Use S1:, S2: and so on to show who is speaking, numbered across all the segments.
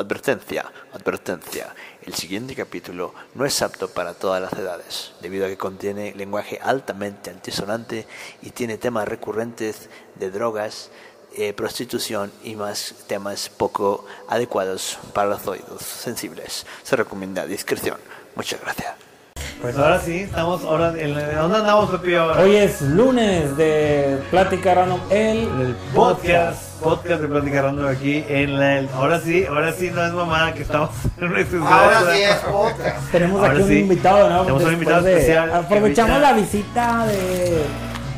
S1: Advertencia, advertencia. El siguiente capítulo no es apto para todas las edades, debido a que contiene lenguaje altamente antisonante y tiene temas recurrentes de drogas, eh, prostitución y más temas poco adecuados para los oídos sensibles. Se recomienda discreción. Muchas gracias.
S2: Pues ahora sí, estamos ahora en la- ¿dónde andamos, Pepi, ahora?
S3: Hoy es lunes de Plática Random, el
S2: podcast, podcast de Plática Random aquí en la ahora sí, ahora sí no es mamá que estamos en una exclusiva.
S4: Ahora sí es podcast.
S3: Tenemos
S2: Ahora
S3: aquí un
S2: sí.
S3: invitado de nuevo.
S2: Tenemos un
S3: después
S2: invitado
S3: de-
S2: especial.
S3: Aprovechamos
S2: Ahorita-
S3: la visita de,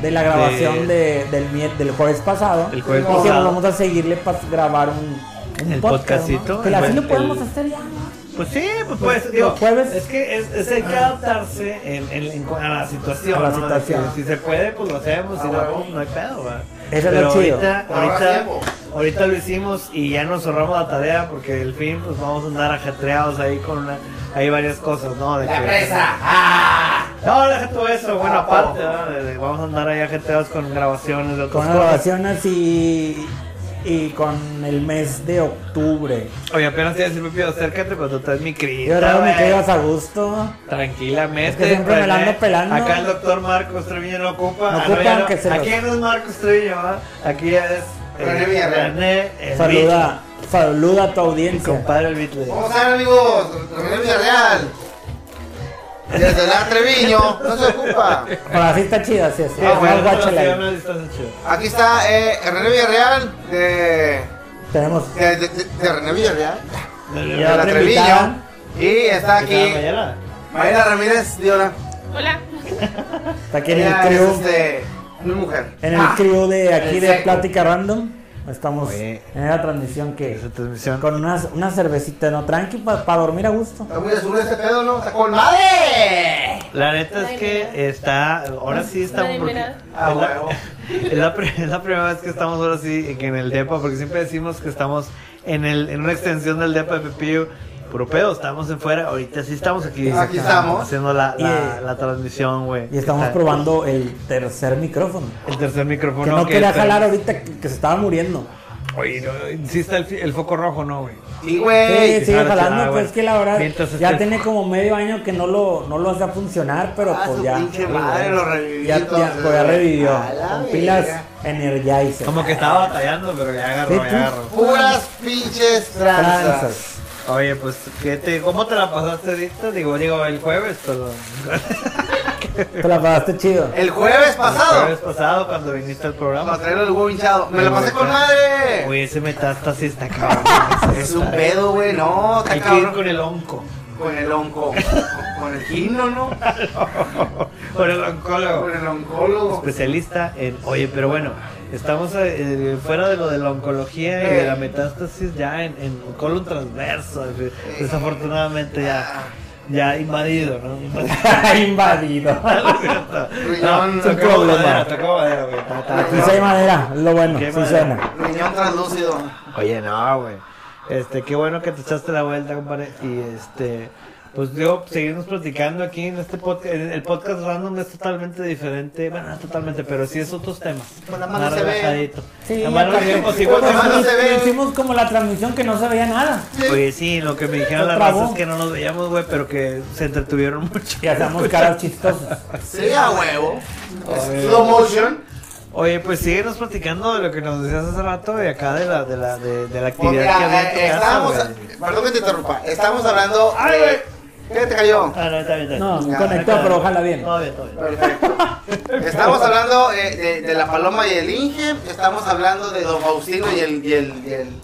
S3: de la grabación
S2: De-
S3: de- del, mier- del jueves pasado.
S2: El jueves
S3: Y dijimos,
S2: pasado.
S3: vamos a seguirle para grabar un, un
S2: El
S3: podcast. ¿no?
S2: podcastito,
S3: Que así
S2: el-
S3: lo podemos
S2: el-
S3: hacer ya, ¿no?
S2: Pues sí, pues, pues digo,
S3: los jueves-
S2: es que es, es el que adaptarse en, en- en cu- a la situación.
S3: A la
S2: ¿no?
S3: situación. Ah,
S2: Si, si se puede, pues lo hacemos, si no,
S4: bueno.
S2: pues no hay pedo, ¿verdad?
S3: Eso es
S2: Pero
S3: lo chido.
S2: ahorita,
S4: Ahora
S2: ahorita,
S4: hacemos.
S2: ahorita lo hicimos y ya nos ahorramos la tarea porque el fin, pues vamos a andar ajetreados ahí con una, hay varias cosas, ¿no? De
S4: La
S2: que-
S4: presa. ¡Ah!
S2: No, deja todo eso, bueno,
S4: Ah,
S2: aparte,
S4: poco.
S2: ¿verdad? De- de- vamos a andar ahí ajetreados con grabaciones de otras
S3: Con
S2: cosas.
S3: grabaciones y, y con el mes de octubre.
S2: Oye, apenas te iba a decir, Pepito, acércate, pero tú traes mi
S3: Yo
S2: crita,
S3: ahora me
S2: güey.
S3: quedas a gusto.
S2: Tranquilamente. pues,
S3: Es que siempre me la ando pelando.
S2: Acá el doctor Marcos Treviño no ocupa.
S3: No
S2: Ah,
S3: ocupa
S2: ya
S3: que se los-
S2: Aquí no es Marcos Treviño, ¿va? Aquí es...
S4: René
S2: eh,
S4: Villarreal.
S2: René, el
S3: Saluda, saluda a tu
S2: Beatle, Mi
S3: audiencia.
S2: compadre el Beatle.
S4: ¿Cómo están, amigos? René Villarreal. Desde la Treviño, no se ocupa.
S3: Pero así está chida, así es.
S2: Ah,
S3: Más
S2: bueno,
S3: guáchala
S2: sí,
S3: ahí.
S2: una distancia chida.
S4: Aquí está eh, René Villarreal de,
S3: Tenemos
S4: de, de, de René Villarreal,
S3: y
S4: de
S3: a
S4: la
S3: otra
S4: Treviño.
S3: invitada.
S4: Y está aquí
S2: Mañana.
S4: Mayra Ramírez Diola.
S5: Hola.
S3: Está aquí en el
S4: Ella es,
S3: crew.
S4: este, una mujer.
S3: En el
S4: Ah,
S3: crew de aquí
S4: el
S3: de
S4: seco.
S3: Plática Random. Estamos
S2: Oye.
S3: en la transmisión que.
S2: Esa transmisión.
S3: Con una, una cervecita, ¿no? Tranqui para dormir a gusto.
S4: Está muy azul este pedo, ¿no? Está colmade.
S2: La neta es que está... Ahora sí estamos...
S5: Ay,
S2: porque-
S5: mira.
S4: Ah,
S2: es la-
S4: huevo.
S2: Es la, pri- es la primera vez que estamos ahora sí que en el DEPA, porque siempre decimos que estamos en, el, en una extensión del DEPA de Pepillo. Puro pedo, estamos en fuera, ahorita sí estamos aquí.
S4: Aquí estamos.
S2: Haciendo la, la,
S3: Y-
S2: la transmisión, güey.
S3: Y estamos
S2: Está-
S3: probando el tercer micrófono.
S2: El tercer micrófono.
S3: que no quería
S2: está-
S3: jalar ahorita, que, que se estaba muriendo.
S2: Oye, no, sí está el, fi- el foco rojo, ¿no, güey?
S4: Sí,
S3: Sí,
S4: güey.
S3: sigue
S2: ahora sí,
S3: jalando,
S2: ah,
S3: pues
S2: bueno.
S3: es que la verdad
S2: Mientras esté
S3: ya
S2: el-
S3: tiene como medio año que no lo, no lo hace funcionar, pero
S4: Ah,
S3: pues
S4: su
S3: ya.
S4: pinche madre, lo revivió
S3: ya, ya,
S4: entonces,
S3: pues ya
S4: güey.
S3: revivió.
S4: A la
S3: Con pilas
S4: verga.
S3: Energizer.
S2: Como que estaba batallando, pero ya agarró,
S3: Sí,
S2: ya
S3: tú.
S2: agarró.
S4: Puras pinches tranzas.
S3: Tranzas.
S2: Oye, pues, ¿qué te- ¿cómo te la pasaste ahorita? Digo, digo, el jueves, perdón.
S3: Te la pasaste chido.
S4: El jueves
S2: El
S4: pasado.
S2: jueves pasado, cuando viniste al programa.
S4: Para traerle el huevo hinchado. Me lo pasé con madre.
S2: Uy, ese metástasis está cabrón.
S4: Es un pedo, güey. No, está
S2: Hay que ir
S4: cabrón.
S2: con el onco.
S4: Con el onco. Con el gino, ¿no?
S2: Con el oncólogo.
S4: Con el oncólogo.
S2: Especialista en. Oye, pero bueno, estamos eh, fuera de lo de la oncología y de la metástasis ya en, en colon transverso. eh, Desafortunadamente ya, ya invadido, ¿no?
S3: Invadido.
S2: No, tocó madera, tocó madera, güey. Pues Ta, ta, ta.
S3: Aquí sí hay madera, es lo bueno,
S2: Qué
S3: sí
S2: madera.
S3: suena.
S4: Riñón translúcido.
S2: Oye, no, güey. Este, qué bueno que te echaste la vuelta, compadre. Y este, pues digo, seguimos platicando aquí en este podcast. El podcast random es totalmente diferente. Bueno, no totalmente, pero sí es otros temas.
S4: Con la mano
S2: Más
S4: se ve.
S2: relajadito.
S3: Sí,
S2: la mano
S3: aparte,
S2: se ve, pues,
S3: sí,
S2: igual
S4: con
S2: que
S4: la mano
S2: nosotros.
S4: se ve.
S3: Hicimos como la transmisión que no se veía nada.
S2: Oye, sí, lo que me dijeron
S3: Se
S2: las
S3: trabó.
S2: razas es que no nos veíamos, güey, pero que se entretuvieron mucho.
S3: Y hacemos caras chistosas.
S4: Sí, a huevo.
S2: Oye.
S4: Slow motion.
S2: Oye, pues síguenos platicando de lo que nos decías hace rato de acá de la, de la, de, de la
S4: Pues
S2: actividad que
S4: mira,
S2: había en tu
S4: eh,
S2: casa,
S4: estábamos.
S2: güey.
S4: Perdón que te interrumpa. Estamos hablando.
S2: Ay,
S4: de- ¿Qué te cayó?
S2: Ah, no, está bien, está bien.
S3: No,
S4: Ya,
S3: conectó,
S2: Está
S3: pero ojalá bien.
S2: Todo bien, todo bien.
S4: Perfecto. Estamos hablando eh, de, de la paloma y el Inge, estamos hablando de Don Faustino y el, y el, y el,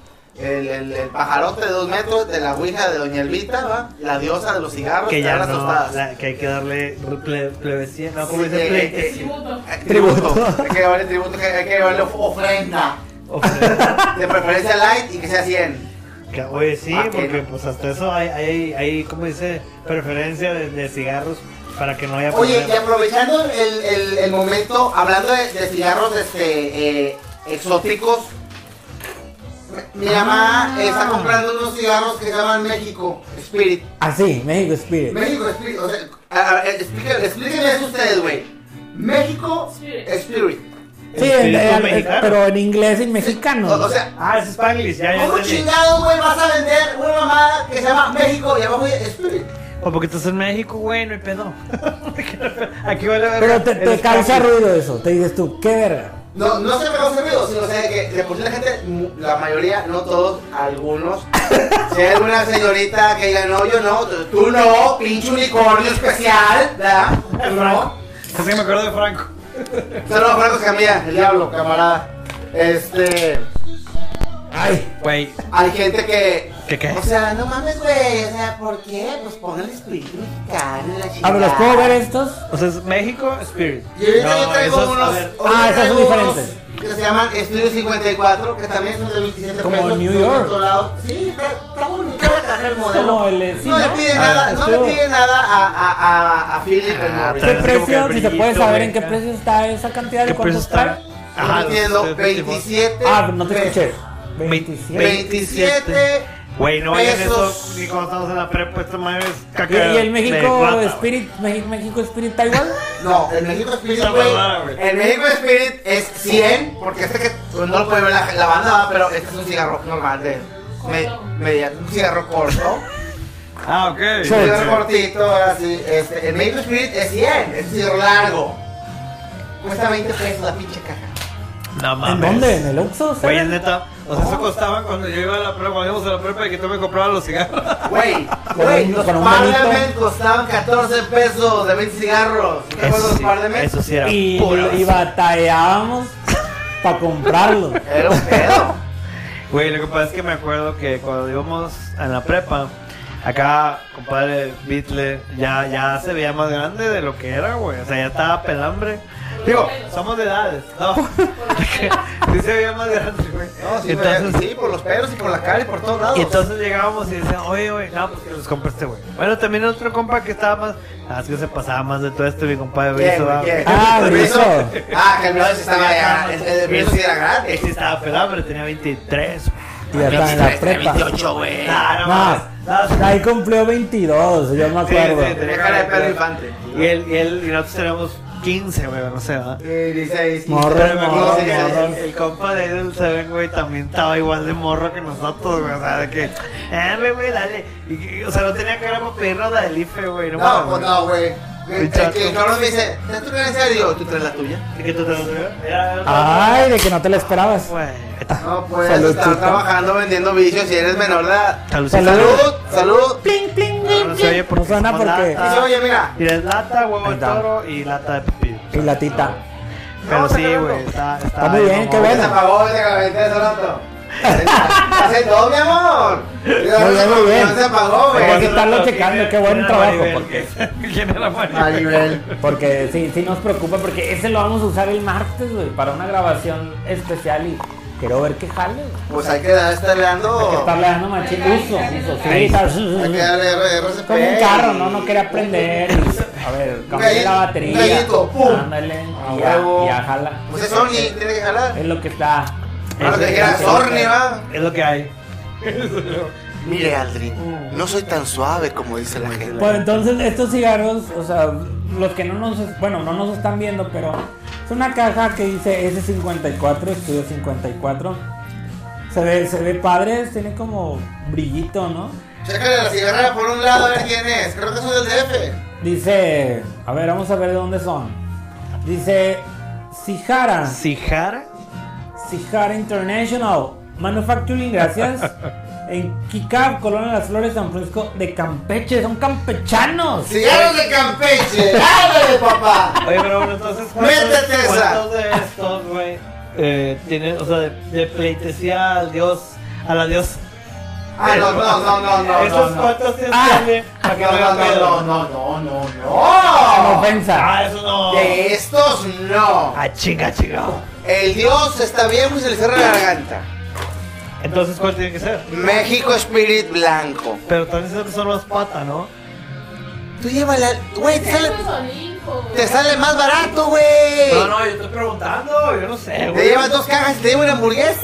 S4: el- el- el pajarote de dos metros, de la ouija de Doña Elvita, ¿va? la diosa de los cigarros,
S2: que
S4: de
S2: ya
S4: las
S2: no,
S4: tostadas.
S2: la- que hay que darle ple- plebesía, no, como
S4: Sí,
S2: dice
S4: eh,
S2: pleitesía.
S4: eh, tributo. hay que llevarle tributo, que- hay que llevarle of- ofrenda. De preferencia light y que sea 100.
S2: Que, Oye, sí,
S4: Ah, que
S2: porque
S4: no.
S2: pues hasta eso hay, hay, hay como dice, preferencia de, de cigarros para que no haya
S4: Oye, y
S2: problema.
S4: aprovechando el, el- el momento, hablando de, de cigarros este, eh, exóticos, mi, mi mamá está comprando unos cigarros que se llaman México Spirit.
S3: Así, México Spirit.
S4: México Spirit, o sea, a- a- explíquenle, explíquenle eso ustedes, güey. México
S5: Spirit.
S4: Spirit.
S2: El
S3: Sí, en-
S2: espíritu
S3: en-
S2: mexicano.
S3: pero en inglés y mexicano.
S4: O, o sea,
S2: Este, Ah, es Spanglish, ya, ya
S4: ¿cómo
S2: entendí.
S4: chingados, güey, vas a vender un mamada que se llama México y abajo dice Spirit.
S2: O porque estás en México, güey, no hay pedo. Aquí vale verga.
S3: Pero te, te
S2: El
S3: causa
S2: cambio.
S3: ruido eso. Te dices tú, qué verga.
S4: No, no se me causa ruido, sino o sea, que de por sí la gente, mm, la mayoría, no todos, algunos. si hay alguna señorita que diga, no, yo no, tú- tú no, pinche unicornio especial, ¿verdad? Tú no.
S2: Es que me acuerdo de Franco.
S4: Saludos a Franco Escamilla, el diablo, camarada. Este.
S3: Ay,
S2: Güey,
S4: Hay gente que.
S2: ¿Qué, qué?
S4: O sea, no mames, güey. O sea, ¿por qué? Pues pongan el espíritu mexicano en la
S3: a
S4: chingada.
S3: ver, Ah, ¿los puedo ver estos?
S2: o sea, es México, Spirit.
S4: Y ahorita yo
S2: No,
S4: traigo
S2: esos- a
S4: unos.
S2: ver,
S4: ahorita
S3: Ah, esas son
S4: traigo unos
S3: diferentes.
S4: Que se llaman Estudio 54, que también son de 27
S3: Como
S4: pesos.
S3: New
S4: son de
S3: York.
S4: otro lado. Sí, está, está bonita la caja el modelo.
S3: Como el, sí,
S4: no, le
S3: ¿no?
S4: pide
S3: Ah,
S4: nada, no le
S3: estuvo.
S4: pide nada a, a, a, a Philip el
S2: Ah,
S4: Morris.
S3: ¿Qué
S2: Pero es como que
S3: precio?
S2: el
S3: Si se puede
S2: brillito,
S3: saber
S2: güey,
S3: en qué
S2: acá.
S3: precio está esa cantidad
S2: ¿Qué
S3: de cuánto
S2: precio
S3: está.
S2: está?
S4: Ajá,
S2: los
S4: entiendo,
S2: 324.
S4: 27.
S3: Ah, no te escuché.
S4: pesos.
S3: 27.
S4: 27.
S2: Güey, no vayan
S4: Pesos.
S2: eso ni cuando estamos en la prepa, esta madre es
S3: ¿Y,
S2: caca.
S3: y el
S2: de
S3: México
S2: guata, güey.
S3: Spirit, Meji- México Spirit Taiwan?
S4: No, el México Spirit,
S2: Esa
S4: güey.
S2: mamada, güey.
S4: El México Spirit es 100, porque este que pues, no lo puede ver la, la banda, ¿verdad? pero este es un cigarro normal de me- media, un cigarro corto.
S2: Ah, ok.
S4: un cigarro cortito, así. Este, el México Spirit es 100, es un cigarro largo. Cuesta 20 pesos la pinche caja.
S2: No
S3: ¿En
S2: mames.
S3: dónde? ¿En el Oxxo?
S2: Güey, es
S3: Seven?
S2: neta. O sea, eso costaba cuando yo iba a la prepa, cuando íbamos a la prepa y que tú me comprabas los cigarros.
S4: Güey,
S3: Con
S4: güey,
S3: un-
S4: los
S3: con un manito.
S4: Parliament costaban 14 pesos de 20 cigarros. ¿Te acuerdas de los Parliament?
S1: eso sí era
S3: Y,
S1: puro.
S3: y batallábamos para comprarlo.
S4: Era un pedo.
S2: Güey, lo que pasa es que me acuerdo que cuando íbamos en la prepa, acá, compadre Bitle, ya, ya se veía más grande de lo que era, güey. O sea, ya estaba pelambre. Digo, somos de edades, ¿no? sí se veía más grande, güey.
S4: No, sí,
S2: Entonces-
S4: sí, por los pedos y por la cara y por todos lados.
S2: Y entonces llegábamos y decían, oye, güey, no, pues que los compra este güey. Bueno, también otro compa que estaba más. Ah, es que se pasaba más de todo esto, mi compadre
S4: ¿Quién,
S2: Brizo,
S4: güey?
S2: ah,
S4: ¿Quién?
S3: Ah,
S4: ¿El
S3: Brizo.
S4: Ah, que el Brizo estaba allá. El, el Brizo sí era grande.
S2: Ese estaba pelambre, tenía 23.
S3: Y ya está en la prepa.
S4: güey.
S2: Nah, Ah, no
S3: Más.
S2: mames, nada,
S3: Ahí cumplió 22, yo me
S2: Sí,
S3: acuerdo.
S2: sí, tenía
S4: Tenía cara de perro infante.
S2: Y él, y él, y nosotros teníamos 15, güey, no sé, ¿verdad?
S4: 16.
S3: Morro,
S2: Pero me acuerdo
S3: morro,
S2: que
S3: morro.
S2: el, el compa de Idol Seven, güey, también estaba igual de morro que nosotros, güey. O sea, de que, dale, güey, dale. Y, que- o sea, no tenía cara para pedir nada del IFE, güey. No,
S4: No,
S2: mames,
S4: pues no, güey. El
S2: Pinchazo.
S4: que el cabrón me dice, ¿estás tú en serio? ¿Tú traes la tuya?
S2: ¿Y que tú te lo traes? Era-
S4: Ah.
S3: Ay, de que no te lo esperabas.
S2: Güey.
S4: No, pues
S3: Salud,
S4: estar
S3: chica.
S4: trabajando vendiendo vicios si eres menor de edad.
S2: Salud.
S4: Salud, salud.
S3: Pling, pling,
S2: No,
S3: pling,
S2: no se oye
S3: pling. No
S2: porque
S3: suena
S2: somos
S3: porque.
S2: latas.
S4: Dice, oye, mira.
S2: Mira, es lata, huevo
S3: Ahí
S2: de
S3: está.
S2: toro y lata de pepino.
S3: Y latita.
S2: Pero
S4: No, está
S2: sí,
S4: cagando.
S2: güey, está, está.
S3: Está muy
S2: ahí,
S3: bien,
S2: mamón.
S3: qué
S4: Se
S3: bueno.
S4: apagó desde que la ventana hace rato. Hace todo, mi amor.
S3: Muy bien, muy bien.
S4: No se apagó,
S3: Hay que
S4: güey.
S3: estarlo checando, qué buen
S2: ¿Quién era
S3: trabajo.
S2: Maribel?
S3: Porque,
S2: ¿Quién era Maribel?
S4: Maribel.
S3: porque sí, sí nos preocupa, porque ese lo vamos a usar el martes, güey, para una grabación especial y quiero ver qué jale, güey.
S4: Pues hay que estar
S3: Hay que
S4: leando.
S3: estarle dando machín uso, uso, sí,
S2: Ahí.
S3: está-
S4: Hay que darle R- RCP.
S3: Como un carro, ¿no? No quería prender. y, A ver, cambié
S4: gallito,
S3: la
S4: un
S3: batería.
S4: gallito, pum.
S3: Ándale,
S4: A
S3: y ya,
S4: huevo.
S3: y ya jala.
S4: Pues es Sony, tiene que jalar.
S3: Es lo que está.
S4: Ah, lo
S2: Es
S4: que
S2: lo
S4: dijera
S2: que-
S4: Sony, va.
S2: Es lo que hay.
S5: Mire, Aldrin, no soy tan suave como dice la gente.
S3: Pues entonces estos cigarros, o sea, los que no nos, bueno, no nos están viendo, pero es una caja que dice S54, estudio 54. Se ve, se ve padre, tiene como brillito, ¿no?
S4: Chécale la cigarrera por un lado a ver quién es. Creo que son del DF.
S3: Dice, a ver, vamos a ver de dónde son. Dice Sijara,
S2: ¿Sijara?
S3: Sijara International Manufacturing, gracias. En Kikab, Colonia de las Flores, San Francisco de Campeche, son campechanos.
S4: Cigarros de Campeche. ¡Ándale, papá!
S2: Oye, pero bueno, entonces, ¿cuántos,
S4: Métete esa.
S2: cuántos de estos, güey, eh, tienen, o sea, de, de pleitesía al dios, a la dios?
S4: Ah, no, no, no, no, no.
S2: ¿Esos
S4: no, no.
S2: cuántos tienes
S3: Ah.
S2: tiene para que no
S4: No,
S2: haga
S4: no,
S2: pedo?
S4: no, no, no, no,
S3: Sin
S4: no, no.
S3: ofensa.
S2: Ah, eso no.
S4: De estos, no.
S2: Ah, chinga, chinga.
S4: El dios está viejo y se le cierra la garganta.
S2: Entonces, ¿cuál tiene que ser?
S4: México Spirit Blanco.
S2: Pero también sé que son los patas, ¿no?
S4: Tú lleva la... Güey, te sale, te
S6: Te
S4: sale más barato, güey.
S2: no, yo estoy preguntando, yo no sé,
S4: Te llevas dos cajas y te lleva una hamburguesa.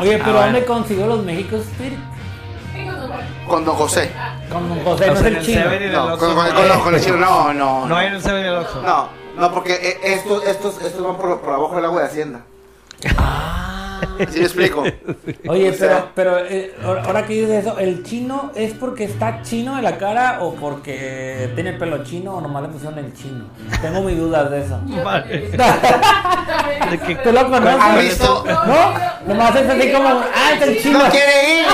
S3: Oye,
S2: Ah,
S3: pero
S2: bueno.
S3: ¿dónde consiguió los México Spirit?
S5: Con Don José.
S3: Con Don José, no
S2: O sea,
S3: es
S2: en
S3: el
S2: el
S3: chino.
S2: Seven y en el
S5: No,
S2: Oxxo,
S5: con, con,
S2: no
S5: con
S2: hay.
S5: los- con los chinos. No, no,
S2: No hay en
S5: no.
S2: el 7 y el Oxxo.
S4: e, No, no, porque eh, estos, estos, estos van por, por abajo del agua de Hacienda.
S3: Ah.
S4: Sí, me explico.
S3: Oye,
S4: O
S3: pero,
S4: sea-
S3: pero eh, ahora ahora que dices eso, ¿el chino es porque está chino de la cara o porque tiene el pelo chino o nomás le pusieron el chino? Tengo mis dudas de eso.
S2: Vale.
S6: De
S2: que-
S3: ¿Tú lo conoces?
S4: ¿Han visto?
S3: No, nomás es así como, ah, es el chino.
S4: No quiere ir.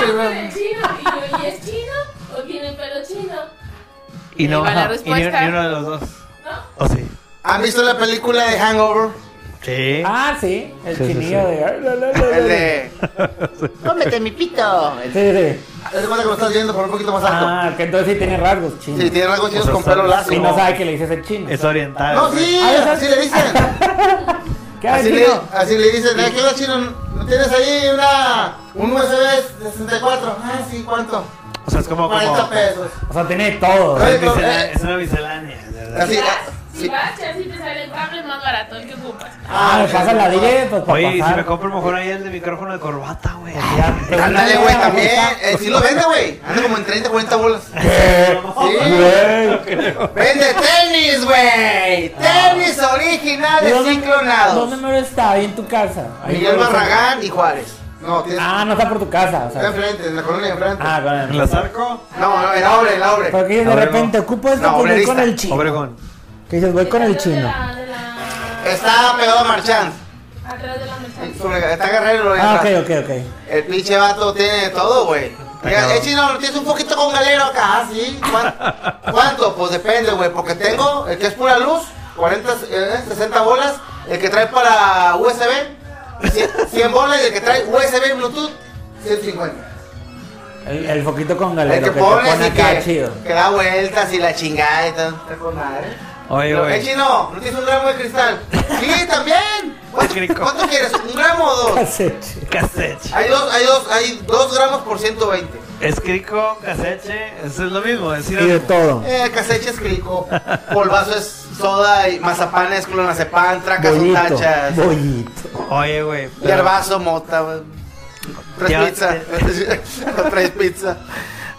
S6: chino. Y yo, ¿y es chino o tiene pelo chino?
S2: Y no,
S6: Ahí va la
S2: ajá, y ni,
S6: respuesta.
S2: ni uno de los dos.
S6: ¿No?
S2: ¿O sí?
S4: ¿Han visto la película de Hangover?
S2: Sí.
S3: Ah, sí, el
S2: Sí, sí,
S3: chinillo
S2: sí.
S3: de. ay, la, la, la,
S4: El
S3: la.
S4: de. Cómete mi pito.
S3: Sí, sí.
S4: Haz de cuenta que lo estás viendo por un poquito más alto.
S3: Ah, que entonces sí tiene rasgos chinos.
S4: Sí, tiene rasgos chinos
S2: O sea,
S4: con pelo
S2: son-
S4: lazo.
S3: Y no sabe que le dices el chino.
S2: Es oriental.
S4: No,
S2: güey.
S4: sí,
S3: Ah, ¿ya sabes?
S4: así le dicen.
S3: ¿Qué
S4: Así
S3: haces,
S4: le,
S3: chino?
S4: así le dicen. "Eh, ¿Qué onda, chino? ¿No tienes ahí una, un USB 64? Ah, sí, ¿cuánto?
S2: O sea, es como. como
S4: 40 pesos.
S3: O sea, tiene todo.
S4: Ay,
S2: es miscela-
S4: eh.
S2: es una miscelánea. de verdad.
S4: Así,
S6: Si vas,
S4: ah,
S6: si
S4: sí.
S6: vas, ya si te sale el cable más barato el que ocupas.
S3: Ah, me pasa la DJ, pues para
S2: Oye, y si
S3: pasar.
S2: me compro mejor ahí el de micrófono de corbata, güey.
S3: Ya, pero
S4: Ándale,
S3: una
S4: güey,
S3: ya,
S4: también.
S3: ahorita.
S4: Eh, sí lo vende, güey. Anda como en 30, 40 bolas.
S3: Güey.
S4: Vende tenis, güey. Tenis original
S3: ¿Y
S4: de
S3: dónde-
S4: ciclonados.
S3: ¿Dónde me está? Ahí en tu casa. Ahí
S4: Miguel
S3: por-
S4: Barragán y Juárez. No, tienes.
S3: Ah, no está por tu casa. O
S4: Está
S3: sea.
S4: enfrente, en la colonia de enfrente.
S3: Ah,
S2: ¿En
S3: con
S2: la
S3: el.
S2: Zarco?
S4: No, no, en la obre, en la obre.
S3: Porque de
S2: Obrero.
S3: repente ocupo esto
S4: No,
S3: pues, voy con
S4: obrerista.
S3: el chino.
S2: Obregón.
S3: Que dices, voy con el
S6: Atrás de
S3: chino.
S6: la- de la-
S4: Está pegado a Marchand.
S6: Atrás de la mercancía.
S4: Sobre- Está Guerrero, güey,
S3: Ah,
S4: atrás.
S3: ok, ok, ok.
S4: El pinche vato tiene de todo, güey.
S2: cabrón.
S4: Es chino, tienes un poquito con galero acá, ah, ¿sí? ¿Cuán- ¿Cuánto? Pues depende, güey. Porque tengo el que es pura luz, 40, eh, 60 bolas. El que trae para USB, 100, 100 bolas. Y el que trae USB Bluetooth, 150.
S3: El, el foquito con
S4: El
S3: galero
S4: que
S3: que, te
S4: pones
S3: pone
S4: y
S3: acá
S4: que,
S3: chido.
S4: que da vueltas y la chingada y todo. Está con madre.
S2: Oye,
S4: Pero,
S2: güey.
S4: eh, chino, ¿no tienes un gramo de cristal? Sí, también. ¿Cuánto,
S2: Rico.
S4: cuánto quieres? ¿Un gramo o dos?
S3: Cassette.
S2: Caseche.
S4: Hay dos, hay dos, hay dos gramos por 120.
S2: Es crico, caseche. Eso es lo mismo. Es
S3: Y de
S2: ir
S3: todo.
S4: Eh, caseche es crico, polvazo es soda y mazapán es clonazepam, tracas son
S3: Bollito.
S4: tachas,
S3: Bollito.
S2: a- Oye, güey. pero-
S4: hierbazo, mota, güey.
S2: Ya-
S4: tres pizzas, tres pizzas.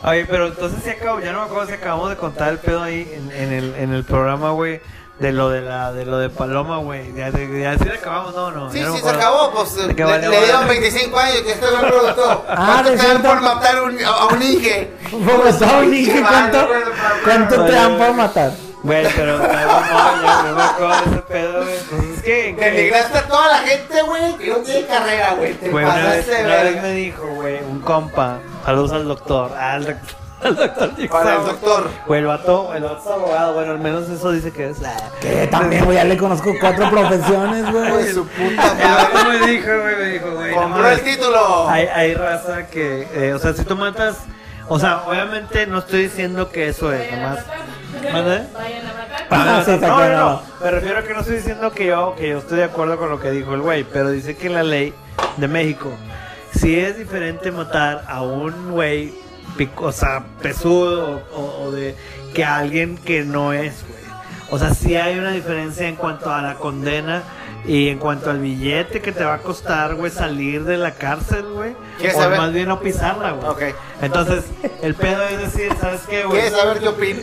S2: Oye, pero entonces sí acabo, ya no me acuerdo si acabamos de contar el pedo ahí en, en el, en el programa, güey. De lo de la, de lo de Paloma, güey. Ya, de- ya sí la acabamos, no, no.
S4: Sí,
S2: ya no me
S4: sí, se
S2: acuerdo.
S4: acabó, pues
S2: De
S4: le,
S2: que valió
S4: le dieron
S2: madre.
S4: 25 años que estoy buen productor.
S3: Ah,
S4: ¿Cuánto
S3: de
S4: te dan
S3: cierto.
S4: por matar un- a un inge?
S3: Por matar un inge,
S4: Pinche
S3: ¿cuánto?
S4: madre, güey,
S3: ¿Cuánto te dan por matar?
S2: Güey, pero cabrón, no, ya no me acuerdo de ese pedo, güey. Pues es que.
S4: Denigraste a toda la gente, güey, que no tiene carrera, güey. Te
S2: Güey, una vez,
S4: pasaste,
S2: una
S4: verga.
S2: vez me dijo, güey, un compa, saludos al doctor, al, doc- al doctor Jigsaw.
S4: Para el doctor.
S2: Güey, el vato, el vato es abogado, bueno, al menos eso dice que es. ah.
S3: Que también, güey, ya le conozco cuatro profesiones,
S4: Hijo de
S3: güey.
S4: su puta
S2: El
S4: madre.
S2: vato me dijo, güey, me dijo, güey. no
S4: Compró
S2: mames,
S4: el título.
S2: hay, hay raza que, eh, o sea, si tú matas, o sea, obviamente no estoy diciendo que eso es,
S6: Vayan a
S2: nomás.
S6: matar.
S2: ¿Mande?
S6: Vayan a matar.
S3: Ah, sí,
S2: no,
S3: está
S2: no,
S3: claro.
S2: no, me refiero a que no estoy diciendo que yo, que yo estoy de acuerdo con lo que dijo el güey, pero dice que la ley de México, si es diferente matar a un güey, pic- o sea, pesudo o, o- o de que a alguien que no es, güey. O sea, sí hay una diferencia en cuanto a la condena y en cuanto al billete que te va a costar, güey, salir de la cárcel, güey.
S4: ¿Quieres
S2: O
S4: saber?
S2: más bien no pisarla, güey.
S4: Ok.
S2: Entonces, el pedo es decir, ¿sabes qué, güey?
S4: ¿Quieres saber qué opino?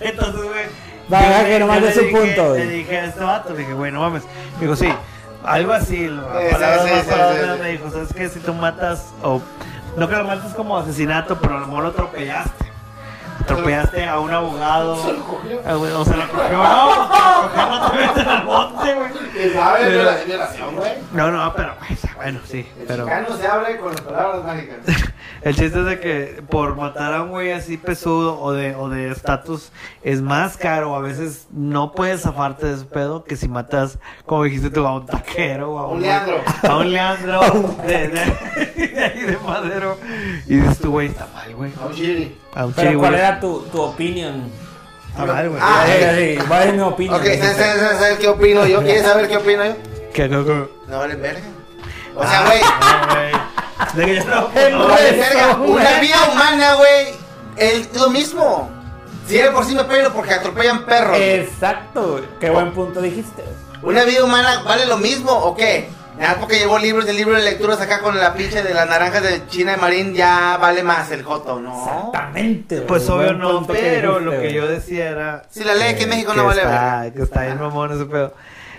S2: Entonces, güey.
S3: Va,
S2: yo
S3: va,
S2: le-
S3: que nomás
S2: yo
S3: de
S2: le
S3: su
S2: dije-
S3: punto,
S2: Le
S3: güey.
S2: dije a este vato, le dije, güey, no mames. Me dijo, sí, algo así. lo-
S4: Sí,
S2: palabras
S4: sí,
S2: más,
S4: sí,
S2: palabras
S4: sí,
S2: menos,
S4: sí.
S2: Me dijo, ¿sabes qué? Si tú matas, o. No que lo mates como asesinato, pero a lo mejor lo atropellaste. Atropellaste a un abogado. Ah, güey, O sea, lo cogió. No, cogerlo te meten al monte, güey.
S4: ¿Quién sabe?
S2: Pero-
S4: Viola- Violación, güey.
S2: No, no, pero güey, bueno, sí. Pero.
S4: Mexicano se abre con las palabras mágicas.
S2: El chiste es de que por matar a un güey así pesudo o de o de estatus es más caro. A veces no puedes zafarte de ese pedo que si matas, como dijiste tú, a un taquero o a un,
S4: Un Leandro.
S2: A un Leandro de, de, de ahí de madero. Y dices tú, güey, está mal, güey.
S4: A un chiri.
S2: A un chiri,
S3: Pero, ¿cuál
S2: güey.
S3: era tu, tu opinión?
S2: Está mal, güey.
S4: Ah,
S3: Sí,
S4: eh.
S3: sí, ¿Cuál es mi opinión?
S4: Ok, ¿sabes, sabes- sabes- sabes qué opino yo? ¿Quieres saber qué opino yo?
S2: Que no, güey.
S4: No vale verga. O sea, güey,
S2: No, güey. De que yo no-
S4: no vale verga. Una vida humana, güey, es lo mismo. Si de por sí me pelo porque atropellan perros.
S2: Eh.
S3: Exacto, güey. qué buen punto dijiste.
S4: ¿Una vida humana vale lo mismo o qué? Ya porque llevó libros de libros de lecturas acá con la pinche de las naranjas de China de Marín, ya vale más el joto, ¿no?
S3: Exactamente. güey.
S2: Pues obvio
S3: Buen
S2: no,
S3: punto que
S2: pero
S3: dijiste,
S2: lo que
S3: güey.
S2: yo decía era.
S4: Sí, la ley aquí en México no vale
S2: está,
S4: verga.
S2: Que está bien mamón ese pedo.